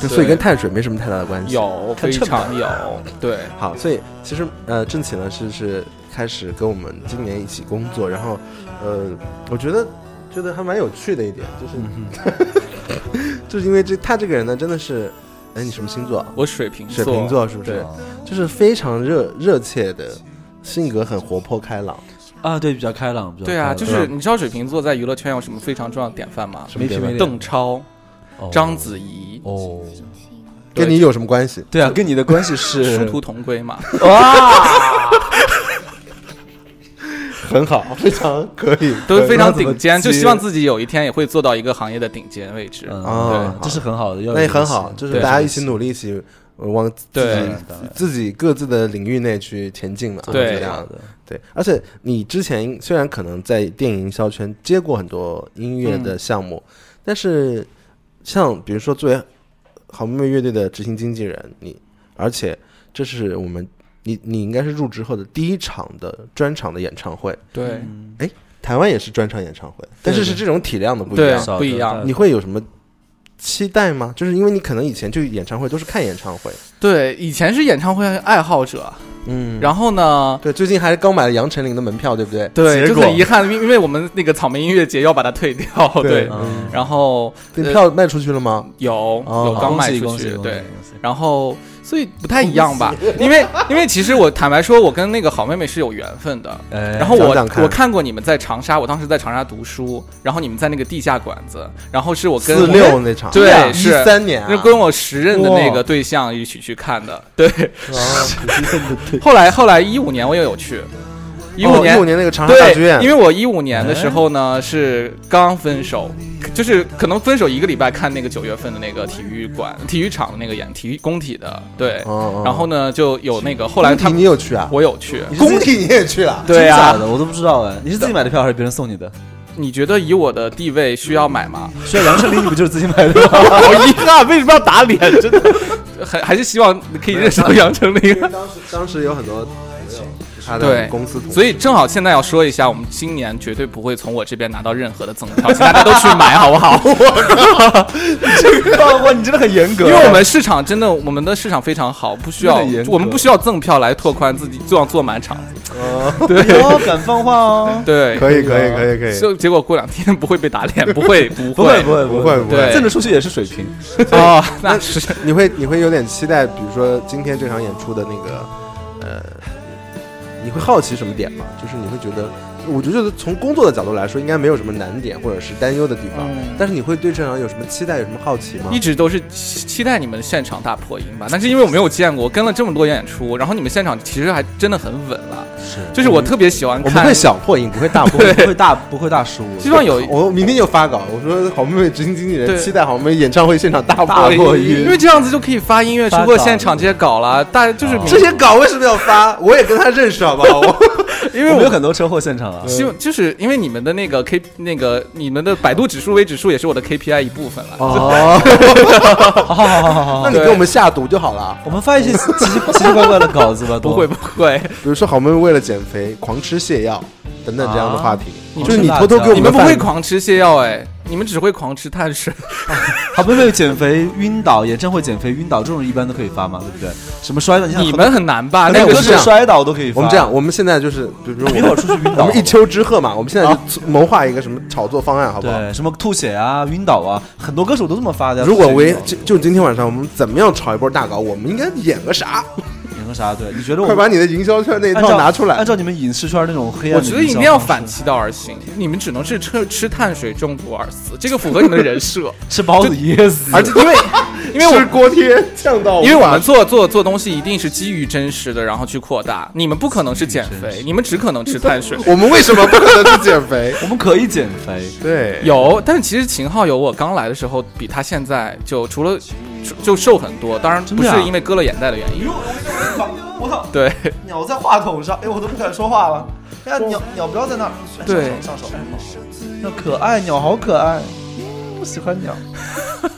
Speaker 2: 就所以
Speaker 17: 对
Speaker 2: 跟碳水没什么太大的关系。
Speaker 17: 有非常有
Speaker 2: [laughs]
Speaker 17: 对，
Speaker 2: 好，所以其实呃，郑启呢是是开始跟我们今年一起工作，然后呃，我觉得觉得还蛮有趣的一点，
Speaker 17: 嗯
Speaker 2: 就是、 [laughs] 就是因为这他这个人呢，真的是，哎，你什么星座啊？
Speaker 17: 我水瓶
Speaker 2: 水
Speaker 17: 座
Speaker 2: 瓶座是不
Speaker 17: 对
Speaker 2: 是？就是非常热热切的性格，很活泼开朗。
Speaker 3: 啊，对，比较开朗，比较
Speaker 17: 对啊，
Speaker 3: 开朗
Speaker 17: 就是你知道水瓶座在娱乐圈有什么非常重要的典范吗？
Speaker 3: 什么典范
Speaker 17: 邓超
Speaker 3: 哦、
Speaker 17: 章子怡
Speaker 3: 哦，
Speaker 17: 对
Speaker 2: 跟你有什么关系？
Speaker 3: 对啊，跟你的关系是
Speaker 17: 殊途同归 [laughs] 嘛。
Speaker 3: 哇，
Speaker 2: 很好， [laughs] 非常可以，
Speaker 17: [laughs] 都非常
Speaker 2: 对
Speaker 17: 顶尖，就希望自己有一天也会做到一个行业的顶尖位置。
Speaker 2: 啊，
Speaker 17: 嗯对
Speaker 2: 好那也很好，就是大家一起努力，一起呃往自己
Speaker 17: 对
Speaker 2: 自己各自的领域内去前进嘛，
Speaker 17: 对
Speaker 2: 这样的。对，而且你之前虽然可能在电影营销圈接过很多音乐的项目，但是像比如说作为好妹妹乐队的执行经纪人，你而且这是我们你你应该是入职后的第一场的专场的演唱会，
Speaker 17: 对，
Speaker 2: 哎，台湾也是专场演唱会，但是
Speaker 17: 对
Speaker 2: 是这种体量的不一
Speaker 17: 对
Speaker 2: 样，
Speaker 17: 不一样
Speaker 2: 你会有什么期待吗？就是因为你可能以前就演唱会都是看演唱会，
Speaker 17: 对，以前是演唱会爱好者，
Speaker 2: 嗯，
Speaker 17: 然后呢？
Speaker 2: 对，最近还刚买了杨丞琳的门票，对不对？
Speaker 17: 对，
Speaker 2: 结
Speaker 17: 就
Speaker 2: 果
Speaker 17: 很遗憾，因因为我们那个草莓音乐节要把它退掉，
Speaker 2: 对
Speaker 17: 对
Speaker 2: 嗯，
Speaker 17: 然后
Speaker 2: 这
Speaker 17: 呃
Speaker 2: 票卖出去了吗？
Speaker 17: 有
Speaker 2: 哦
Speaker 17: 有刚卖出
Speaker 2: 恭喜
Speaker 17: 去
Speaker 2: 恭喜，恭喜
Speaker 17: 对，然后所以不太一样吧，因为因为其实我坦白说，我跟那个好妹妹是有缘分的。
Speaker 3: 哎
Speaker 17: 然后
Speaker 3: 讲
Speaker 17: 我
Speaker 3: 讲看
Speaker 17: 我看过你们在长沙，我当时在长沙读书，然后你们在那个地下馆子，然后是我跟
Speaker 2: 46那场对啊
Speaker 17: 对是
Speaker 2: 13年啊
Speaker 17: 就跟我时任的那
Speaker 2: 哇
Speaker 17: 个对象一起去看的，对。[laughs]
Speaker 2: 对
Speaker 17: 后来后来一五年我也有去。一五年，
Speaker 2: 15年那个长沙大剧院
Speaker 17: 对因为我一五年的时候呢是刚分手，就是可能分手一个礼拜看那个九月份的那个体育馆、体育场的那个演体育工体的，对。
Speaker 2: 哦哦
Speaker 17: 然后呢就有那个后来他
Speaker 2: 工体你有去啊？
Speaker 3: [laughs]
Speaker 17: 我有去，
Speaker 2: 工体你也去了？
Speaker 17: 对
Speaker 3: 真
Speaker 17: 啊
Speaker 3: 假的我都不知道哎，你是自己买的票还是别人送你的？
Speaker 17: 你觉得以我的地位需要买吗？
Speaker 4: 所以杨丞琳你不就是自己买的吗？
Speaker 17: 好遗憾，为什么要打脸？真的，还还是希望可以认识到杨丞琳。
Speaker 2: 当时当时有很多他的
Speaker 17: 对
Speaker 2: 公司同事
Speaker 17: 所以正好现在要说一下，我们今年绝对不会从我这边拿到任何的赠票，请大家都去买，好
Speaker 3: [laughs]
Speaker 17: 不好？我靠，
Speaker 4: 这个哇，你真的很严格。
Speaker 17: 因为我们市场真的，我们的市场非常好，不需要
Speaker 4: 真的严，格
Speaker 17: 我们不需要赠票来拓宽自己，就要做满场。对
Speaker 4: 哦，敢放话哦。
Speaker 17: [laughs] 对，
Speaker 4: 可以可以可以啊可以
Speaker 17: 就结果过两天不会被打脸，
Speaker 4: [laughs]
Speaker 17: 不会，不
Speaker 4: 不
Speaker 17: 会，
Speaker 4: 会不会不会不会
Speaker 17: 对
Speaker 4: 挣得出去也是水平。
Speaker 17: [laughs] 哦，那是
Speaker 2: 你会你会有点期待，比如说今天这场演出的那个，呃，你会好奇什么点吗？就是你会觉得，我觉得从工作的角度来说，应该没有什么难点或者是担忧的地方。
Speaker 17: 嗯
Speaker 2: 但是你会对这场有什么期待，有什么好奇吗？
Speaker 17: 一直都是期期待你们现场大破音吧，但是因为我没有见过，我跟了这么多演出，然后你们现场其实还真的很稳了，
Speaker 2: 是
Speaker 17: 就是我特别喜欢
Speaker 2: 我
Speaker 17: 看，
Speaker 2: 们会小破音，不会大破
Speaker 17: 对
Speaker 2: 音，不会
Speaker 4: 大不会大失误
Speaker 17: 希望有
Speaker 2: 我明天就发稿，我说好妹妹执行经纪人
Speaker 17: 对
Speaker 2: 期待好妹妹演唱会现场大
Speaker 17: 大
Speaker 2: 破音，
Speaker 17: 因为这样子就可以发音乐直播现场这些稿了，大家就是
Speaker 2: 哦这些稿为什么要发？我也跟他认识，好
Speaker 17: [laughs]
Speaker 2: 不好？
Speaker 17: 因为我
Speaker 4: 们有很多车祸现场啊。
Speaker 17: 希
Speaker 2: 嗯
Speaker 17: 望就是因为你们的那个 K 那个你们的百度指数为指数也是我的 KPI 一部分了。 [laughs]
Speaker 4: 哦，好好好好好，
Speaker 2: 哦那你给我们下毒就好了。
Speaker 4: 我们发一些奇奇奇奇怪怪的稿子吧。
Speaker 17: [laughs]
Speaker 2: 不
Speaker 17: 会不会，
Speaker 2: 比如说好妹妹为了减肥狂吃泻药等等这样的话题，
Speaker 4: 哦
Speaker 17: 你
Speaker 2: 啊就是
Speaker 17: 们
Speaker 2: 你偷偷给我
Speaker 17: 你们不
Speaker 2: 饭
Speaker 17: 会狂吃泻药哎，你们只会狂吃碳水。
Speaker 4: 好不容易减肥晕倒，演唱会减肥晕倒这种一般都可以发嘛，对不对？什么摔倒，像
Speaker 17: 你们很难吧
Speaker 4: 很
Speaker 17: 那
Speaker 4: 多
Speaker 17: 个
Speaker 4: 歌
Speaker 17: 是
Speaker 4: 手
Speaker 17: 这样
Speaker 4: 摔倒都可以发。
Speaker 2: 我们这
Speaker 17: 啊
Speaker 2: 样，我们现在就是，比如说
Speaker 4: 一会儿出去晕倒
Speaker 2: 我们一丘之貉嘛，我们现在就谋划一个什么炒作方案，好不好？
Speaker 4: 对什么吐血啊、晕倒啊，很多歌手都这么发的。
Speaker 2: 如果为
Speaker 4: 吐血
Speaker 2: 就就今天晚上我们怎么样炒一波大稿，我们应该演个啥？
Speaker 4: 晕倒演个啥？对，你觉得我
Speaker 2: 快把你的营销圈那一
Speaker 4: 按
Speaker 2: 套
Speaker 4: 照
Speaker 2: 拿出来。
Speaker 4: 按照啊你们影视圈那种
Speaker 17: [laughs]
Speaker 4: 黑暗的营销方式，
Speaker 17: 我觉得一定要反其道而行，你们只能是吃吃碳水中毒而死，这个符合你们的人设。
Speaker 4: 吃包子噎死，
Speaker 17: 而且因为因为我
Speaker 2: [laughs] 吃锅贴呛到，。
Speaker 17: 因为我们做做做东西一定是基于真实的，然后去扩大。你们不可能是减肥，你们只可能吃碳水
Speaker 2: 我们为什么不可能去减肥？
Speaker 4: [laughs] 我们可以减肥，
Speaker 2: 对，
Speaker 17: 有，但其实秦昊有我刚来的时候比他现在就除了就就瘦很多，当然不
Speaker 4: 的
Speaker 17: 是
Speaker 4: 啊
Speaker 17: 因为割了眼袋的原因。
Speaker 4: 我操！
Speaker 17: 对，
Speaker 4: 鸟在话筒上，哎，我都不敢说话了。哎，鸟鸟不要在那儿，
Speaker 17: 对
Speaker 4: 上手，上手。那可爱，鸟好可爱，嗯我喜欢鸟。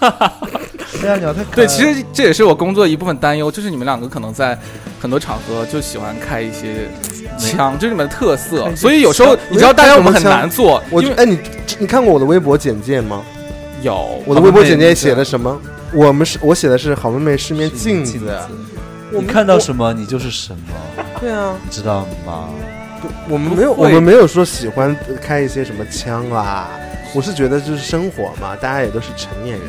Speaker 4: 哎呀，鸟太可爱
Speaker 17: [laughs] 对，
Speaker 4: 了
Speaker 17: 其实这也是我工作一部分担忧，就是你们两个可能在很多场合就喜欢开一些枪，这是你们的特
Speaker 2: 哎
Speaker 17: 色，所以有时候你知道，大家我们很难做，
Speaker 2: 我
Speaker 17: 因为
Speaker 2: 哎，你你看过我的微博简介吗？
Speaker 17: 有
Speaker 2: 我的微博简介写的什么？我们是我写的是好妹妹是面镜子，
Speaker 4: 你看到什么，你就是什么，
Speaker 2: 对啊，
Speaker 4: 你知道吗？
Speaker 2: 我们没有，
Speaker 4: 不
Speaker 2: 我
Speaker 4: 会
Speaker 2: 们没有说喜欢开一些什么枪啦。我是觉得就是生活嘛，大家也都是成年人，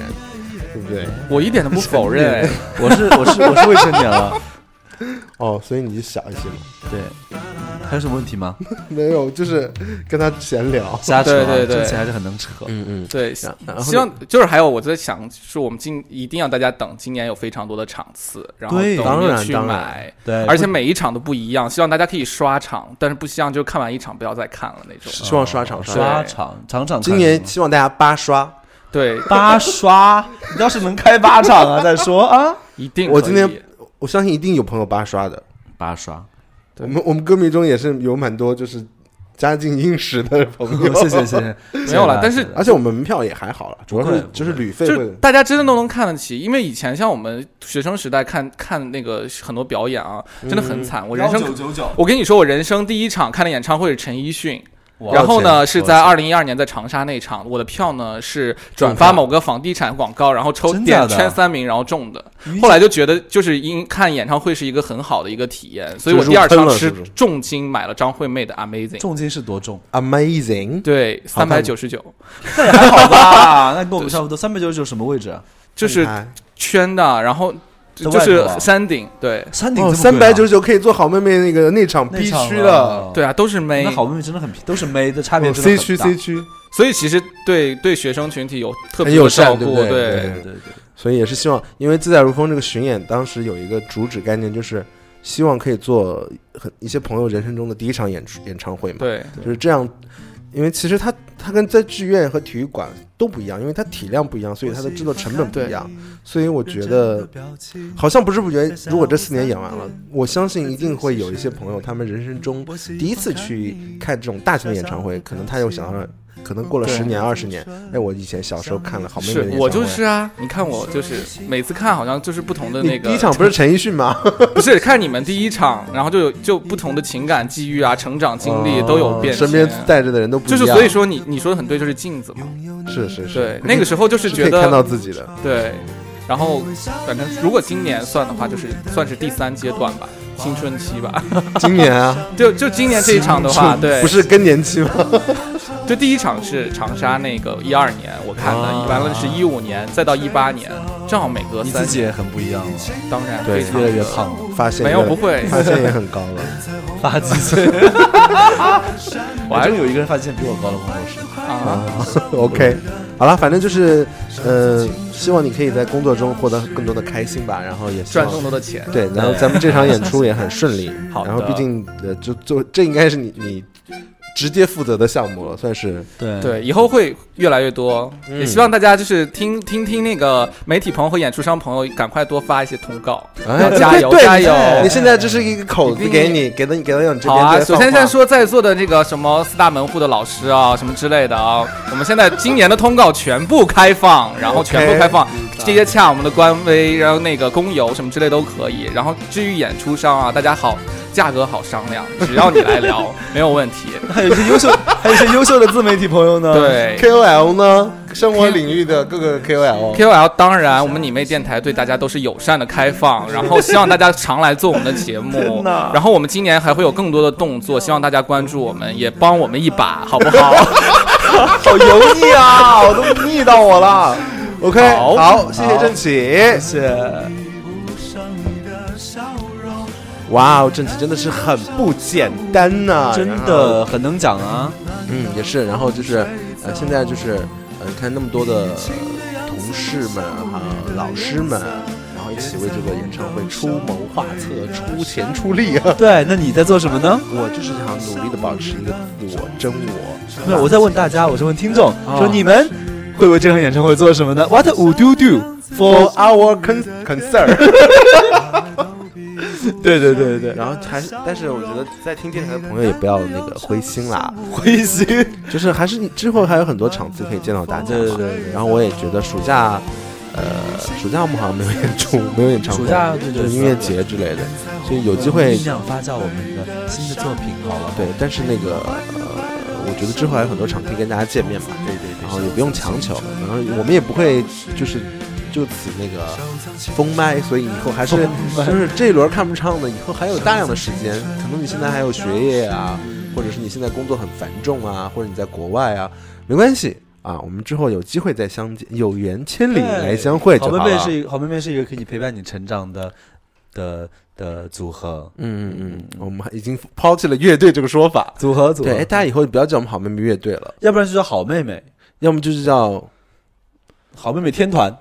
Speaker 2: 对不对？
Speaker 17: [laughs] 我一点都不否认
Speaker 4: 我是我是我是未成年了。
Speaker 2: [laughs] 哦，所以你就小一些嘛。
Speaker 4: 对，还有什么问题吗？
Speaker 2: 没有，就是跟他闲聊，
Speaker 4: 瞎扯啊
Speaker 17: 对对对
Speaker 4: 这期还是很能扯
Speaker 2: 嗯嗯，
Speaker 17: 对，
Speaker 2: 然然后
Speaker 17: 希望就是还有我在想，是我们今一定要大家等，今年有非常多的场次，然后
Speaker 2: 对
Speaker 17: 等
Speaker 2: 当
Speaker 17: 你
Speaker 2: 然
Speaker 17: 去
Speaker 2: 当然
Speaker 17: 买，
Speaker 2: 对
Speaker 17: 而且每一场都不一样，希望大家可以刷场，但是不希望就看完一场不要再看了那种。
Speaker 2: 希望刷场
Speaker 4: 哦刷场场场看
Speaker 2: 哦今年希望大家八刷，
Speaker 17: 对
Speaker 4: 八刷，你要是能开八场啊，再说啊。
Speaker 17: 一定
Speaker 2: 我今天我相信一定有朋友八刷的，
Speaker 4: 八刷。
Speaker 2: 我们我们歌迷中也是有蛮多就是家境殷实的朋友，
Speaker 4: [laughs] 谢谢谢谢
Speaker 17: 没有了但是
Speaker 2: 而且我们门票也还好了，主要
Speaker 17: 不会
Speaker 2: 是
Speaker 17: 不会
Speaker 2: 就是旅费
Speaker 17: 就是
Speaker 2: 会
Speaker 17: 大家真的都能看得起，因为以前像我们学生时代看看那个很多表演啊，真的很惨。
Speaker 4: 嗯
Speaker 17: 我人生
Speaker 4: 1999
Speaker 17: 我跟你说，我人生第一场看的演唱会是陈奕迅。
Speaker 4: 哇
Speaker 17: 然后
Speaker 4: 我天
Speaker 17: 呢，是在二零一二年在长沙那场，我的票呢是转发某个房地产广告，然后抽
Speaker 4: 真假
Speaker 17: 点
Speaker 4: 的
Speaker 17: 圈三名，然后中的
Speaker 4: 于。
Speaker 17: 后来就觉得就是因看演唱会是一个很好的一个体验，所以我
Speaker 2: 就入
Speaker 17: 第二
Speaker 2: 坑
Speaker 17: 场
Speaker 2: 了
Speaker 17: 是
Speaker 2: 是不是
Speaker 17: 重金买了张惠妹的《Amazing》，
Speaker 4: 重金是多重？
Speaker 2: amazing，
Speaker 17: 对，
Speaker 2: 好
Speaker 17: 三百
Speaker 2: 看
Speaker 17: 九十九，
Speaker 4: 那也还好
Speaker 17: [laughs]
Speaker 4: 吧，那跟我们差不多。三百九十九什么位置啊？
Speaker 17: 就是圈的，然后
Speaker 4: 在
Speaker 17: 就
Speaker 4: 外
Speaker 17: 是
Speaker 4: 头啊
Speaker 17: 山顶，对，
Speaker 4: 山
Speaker 2: 哦，三百九十九可以做好妹妹那个内场必须了，
Speaker 17: 对啊，都是妹。
Speaker 4: 那好妹妹真的很都是妹的差别
Speaker 2: 哦
Speaker 4: 真的很大
Speaker 2: C 区 C 区，
Speaker 17: 所以其实对对学生群体有特
Speaker 2: 很
Speaker 17: 别
Speaker 2: 友
Speaker 17: 的
Speaker 2: 善，
Speaker 17: 照
Speaker 2: 对不
Speaker 17: 顾，
Speaker 2: 对对
Speaker 4: 对。
Speaker 2: 所以也是希望，因为自在如风这个巡演，当时有一个主旨概念，就是希望可以做很一些朋友人生中的第一场演出演唱会嘛。
Speaker 17: 对
Speaker 2: 就是这样。因为其实它它跟在剧院和体育馆都不一样，因为它体量不一样，所以它的制作成本不一样。所以我觉得，好像不知不觉，如果这四年演完了，我相信一定会有一些朋友，他们人生中第一次去看这种大型的演唱会，可能他又想要。可能过了
Speaker 17: 对
Speaker 2: 十年二十年，哎，我以前小时候看了好妹妹
Speaker 17: 是
Speaker 2: 的演唱会，
Speaker 17: 我就是啊，你看我就是每次看好像就是不同的那
Speaker 2: 你
Speaker 17: 个。
Speaker 2: 第一场不是陈奕迅吗？
Speaker 17: [laughs] 不是看你们第一场，然后就有就不同的情感际遇啊、成长经历
Speaker 2: 哦
Speaker 17: 都有变迁，
Speaker 2: 身边带着的人都不一
Speaker 17: 就
Speaker 2: 样
Speaker 17: 是所以说你你说的很对，就是镜子嘛。
Speaker 2: 是是是
Speaker 17: 对，那个时候就是觉
Speaker 2: 是可
Speaker 17: 得
Speaker 2: 以看到自己的
Speaker 17: 对，然后反正如果今年算的话，就是算是第三阶段吧，青春期吧。
Speaker 2: [laughs] 今年啊
Speaker 17: [laughs] 就就今年这一场的
Speaker 2: [laughs]
Speaker 17: 话，
Speaker 2: 青春
Speaker 17: 对，
Speaker 2: 不是更年期吗？
Speaker 17: 就第一场是长沙那个一二年我看的，
Speaker 3: 啊
Speaker 17: 完了是一五年，再到一八年，正好每隔
Speaker 3: 你
Speaker 17: 三
Speaker 3: 自己
Speaker 17: 年
Speaker 3: 也很不一样了，
Speaker 17: 当然
Speaker 3: 对
Speaker 17: 非常
Speaker 3: 越来越
Speaker 17: 的
Speaker 3: 胖了
Speaker 2: 发现
Speaker 17: 没有
Speaker 2: 越
Speaker 17: 不会，
Speaker 2: 发现也很高了
Speaker 3: [laughs] 发际 [laughs] 线
Speaker 17: 我还
Speaker 3: 真有一个人发际线比我高的朋友是
Speaker 17: 啊
Speaker 3: [laughs]
Speaker 2: [laughs] OK，好了，反正就是，呃，希望你可以在工作中获得更多的开心吧，然后也希
Speaker 17: 赚
Speaker 2: 望
Speaker 17: 更多的钱
Speaker 2: 对，然后
Speaker 17: 对
Speaker 2: 咱们这场演出也很顺利。
Speaker 17: 好的
Speaker 2: 然后毕竟呃，就做这应该是你你直接负责的项目了，算是
Speaker 3: 对
Speaker 17: 对，以后会越来越多，哦
Speaker 2: 嗯
Speaker 17: 也希望大家就是听听听那个媒体朋友和演出商朋友，赶快多发一些通告，
Speaker 2: 哎
Speaker 17: 要
Speaker 2: [laughs]
Speaker 17: 加油
Speaker 2: 对
Speaker 17: 加油！
Speaker 2: 你现在这是一个口子给你，给到你给到你这边。
Speaker 17: 好啊！
Speaker 2: 这边
Speaker 17: 首
Speaker 2: 放
Speaker 17: 先，
Speaker 2: 话
Speaker 17: 先说在座的这个什么四大门户的老师啊，什么之类的啊，我们现在今年的通告全部开放，然后全部开放
Speaker 2: OK
Speaker 17: 接洽我们的官微，然后那个公邮什么之类都可以。然后至于演出商啊，大家好，价格好商量，只要你来
Speaker 2: [laughs]
Speaker 17: 聊没有问题。
Speaker 3: 还有一些优秀， [laughs] 还有一些优秀的自媒体朋友呢。
Speaker 17: 对
Speaker 2: KOL 呢，生活领域的各个 KOL。
Speaker 17: KOL 当然，我们你妹电台对大家都是友善的开放，然后希望大家常来做我们的节目
Speaker 3: 天哪。
Speaker 17: 然后我们今年还会有更多的动作，希望大家关注我们，也帮我们一把，好不好？
Speaker 2: 好油腻啊，我都腻到我了。OK，好，谢谢郑启，谢
Speaker 3: 谢。
Speaker 2: 哇哦，郑启真的是很不简单呐、
Speaker 3: 真
Speaker 2: 然
Speaker 3: 的
Speaker 2: 后
Speaker 3: 很能讲啊。
Speaker 2: 嗯，也是。然后就是，呃，现在就是，呃，看那么多的呃同事们哈、老师们，啊然后一起为这个演唱会出谋划策、出钱出力啊。
Speaker 3: 对，那你在做什么呢？
Speaker 2: 我就是想努力的保持一个自我，真我。
Speaker 3: 没有，我啊在问大家，我是问听众，
Speaker 2: 哦
Speaker 3: 说你们会为这场演唱会做什么呢？What would you do [laughs]
Speaker 2: for
Speaker 3: for
Speaker 2: our con concern？ [laughs]
Speaker 3: 对对对对，
Speaker 2: 然后还是，但是我觉得在听电台的朋友也不要那个灰心啦，
Speaker 3: [laughs] 灰心，
Speaker 2: 就是还是你之后还有很多场次可以见到大家嘛。
Speaker 3: 对对对对
Speaker 2: 然后我也觉得暑假，呃，暑假我们好像没有演出，没有演唱会，
Speaker 3: 暑假对对
Speaker 2: 就
Speaker 3: 对
Speaker 2: 是音乐节之类的，所以有机会
Speaker 3: 酝酿发酵我们的新的作品，好了。
Speaker 2: 啊对，但是那个呃，我觉得之后还有很多场可以跟大家见面嘛，对对对，然后也不用强求，然后我们也不会就是就此那个封麦，所以以后还是就是这一轮看不上的，以后还有大量的时间，可能你现在还有学业啊，或者是你现在工作很繁重啊，或者你在国外啊，没关系。啊，我们之后有机会再相见，有缘千里来相会就
Speaker 3: 好妹
Speaker 2: 好
Speaker 3: 妹
Speaker 2: 了。
Speaker 3: 是一个好妹妹是一个可以陪伴你成长的的的组合。
Speaker 2: 嗯嗯嗯，我们已经抛弃了乐队这个说法，
Speaker 3: 组合组合
Speaker 2: 对，哎，大家以后不要叫我们好妹妹乐队了，
Speaker 3: 要不然就叫好妹妹，
Speaker 2: 要么就是叫
Speaker 3: 好妹妹天团，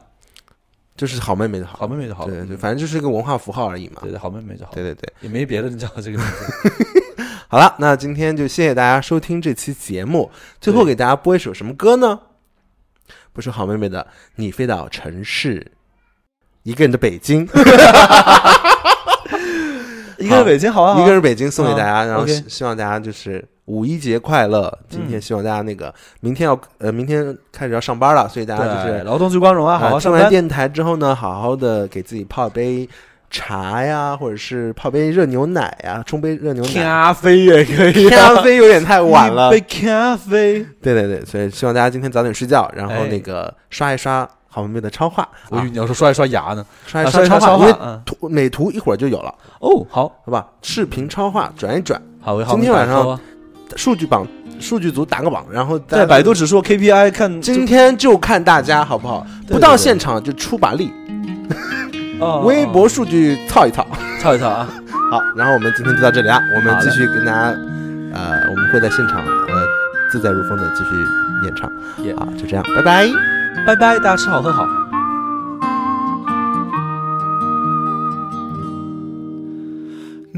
Speaker 2: 就是好妹妹就好，
Speaker 3: 好妹妹就好嗯
Speaker 2: 对对，反正就是一个文化符号而已嘛。
Speaker 3: 对对，好妹妹就好。
Speaker 2: 对对对，
Speaker 3: 也没别的人叫这个名字。
Speaker 2: [laughs] 好了，那今天就谢谢大家收听这期节目。最后给大家播一首什么歌呢？不是好妹妹的《你飞到城市》，一个人的北京。
Speaker 3: [laughs] 一个人北京好啊好啊
Speaker 2: 一个人北京送给大家，
Speaker 3: 嗯
Speaker 2: 然后
Speaker 3: OK 嗯
Speaker 2: 希希望大家就是五一节快乐。今天希望大家那个明天要呃明天开始要上班了，所以大家就
Speaker 3: 对
Speaker 2: 是
Speaker 3: 劳动最光荣啊好好
Speaker 2: 呃
Speaker 3: 上
Speaker 2: 听
Speaker 3: 班
Speaker 2: 完电台之后呢，好好的给自己泡杯茶呀，或者是泡杯热牛奶呀，冲杯热牛奶。
Speaker 3: 咖啡也可以啊，
Speaker 2: 咖啡有点太晚了
Speaker 3: 一杯咖啡。
Speaker 2: 对对对，所以希望大家今天早点睡觉，然后
Speaker 3: 哎
Speaker 2: 那个刷一刷好妹妹的超话。
Speaker 3: 我以
Speaker 2: 啊
Speaker 3: 为你要说刷一刷牙呢，
Speaker 2: 刷
Speaker 3: 啊
Speaker 2: 一
Speaker 3: 刷
Speaker 2: 超
Speaker 3: 刷
Speaker 2: 话，因为
Speaker 3: 嗯
Speaker 2: 图美图一会儿就有了。
Speaker 3: 哦，好，
Speaker 2: 好吧，视频超话转一转。
Speaker 3: 好为好
Speaker 2: 今天
Speaker 3: 妹
Speaker 2: 晚
Speaker 3: 打 call
Speaker 2: 上
Speaker 3: 啊
Speaker 2: 数据榜数据组打个榜，然后
Speaker 3: 在
Speaker 2: 大家
Speaker 3: 百度指数 KPI 看
Speaker 2: 今天就看大家好不好，
Speaker 3: 对
Speaker 2: 不到现场就出把力，
Speaker 3: 哦
Speaker 2: 微博数据操一操，
Speaker 3: 操一操啊！
Speaker 2: 好，然后我们今天就到这里啊，我们
Speaker 3: 好嘞
Speaker 2: 继续跟大家，呃，我们会在现场呃自在如风的继续演唱
Speaker 3: Yeah
Speaker 2: 啊，就这样，拜拜。
Speaker 3: 拜拜，大家吃好喝好。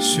Speaker 1: 许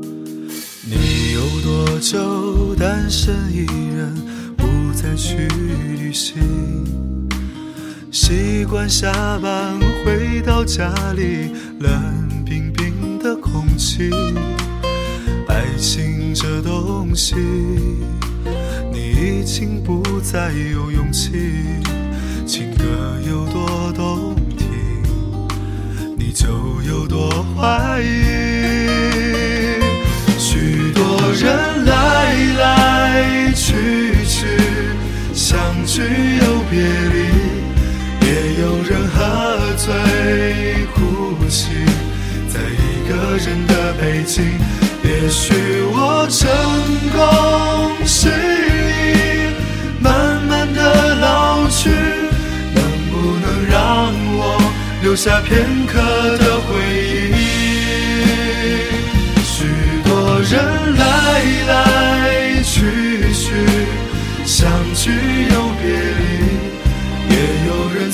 Speaker 1: 你有多久单身一人，不再去旅行？习惯下班回到家里，冷冰冰的空气。爱情这东西，你已经不再有勇气。情歌有多动听，你就有多怀疑。许多人来来去去，相聚又别离，也有人喝醉哭泣，在一个人的北京，也许我成功失意，慢慢的老去，能不能让我留下片刻的回忆？许多人来来去去，相聚又别离，也有人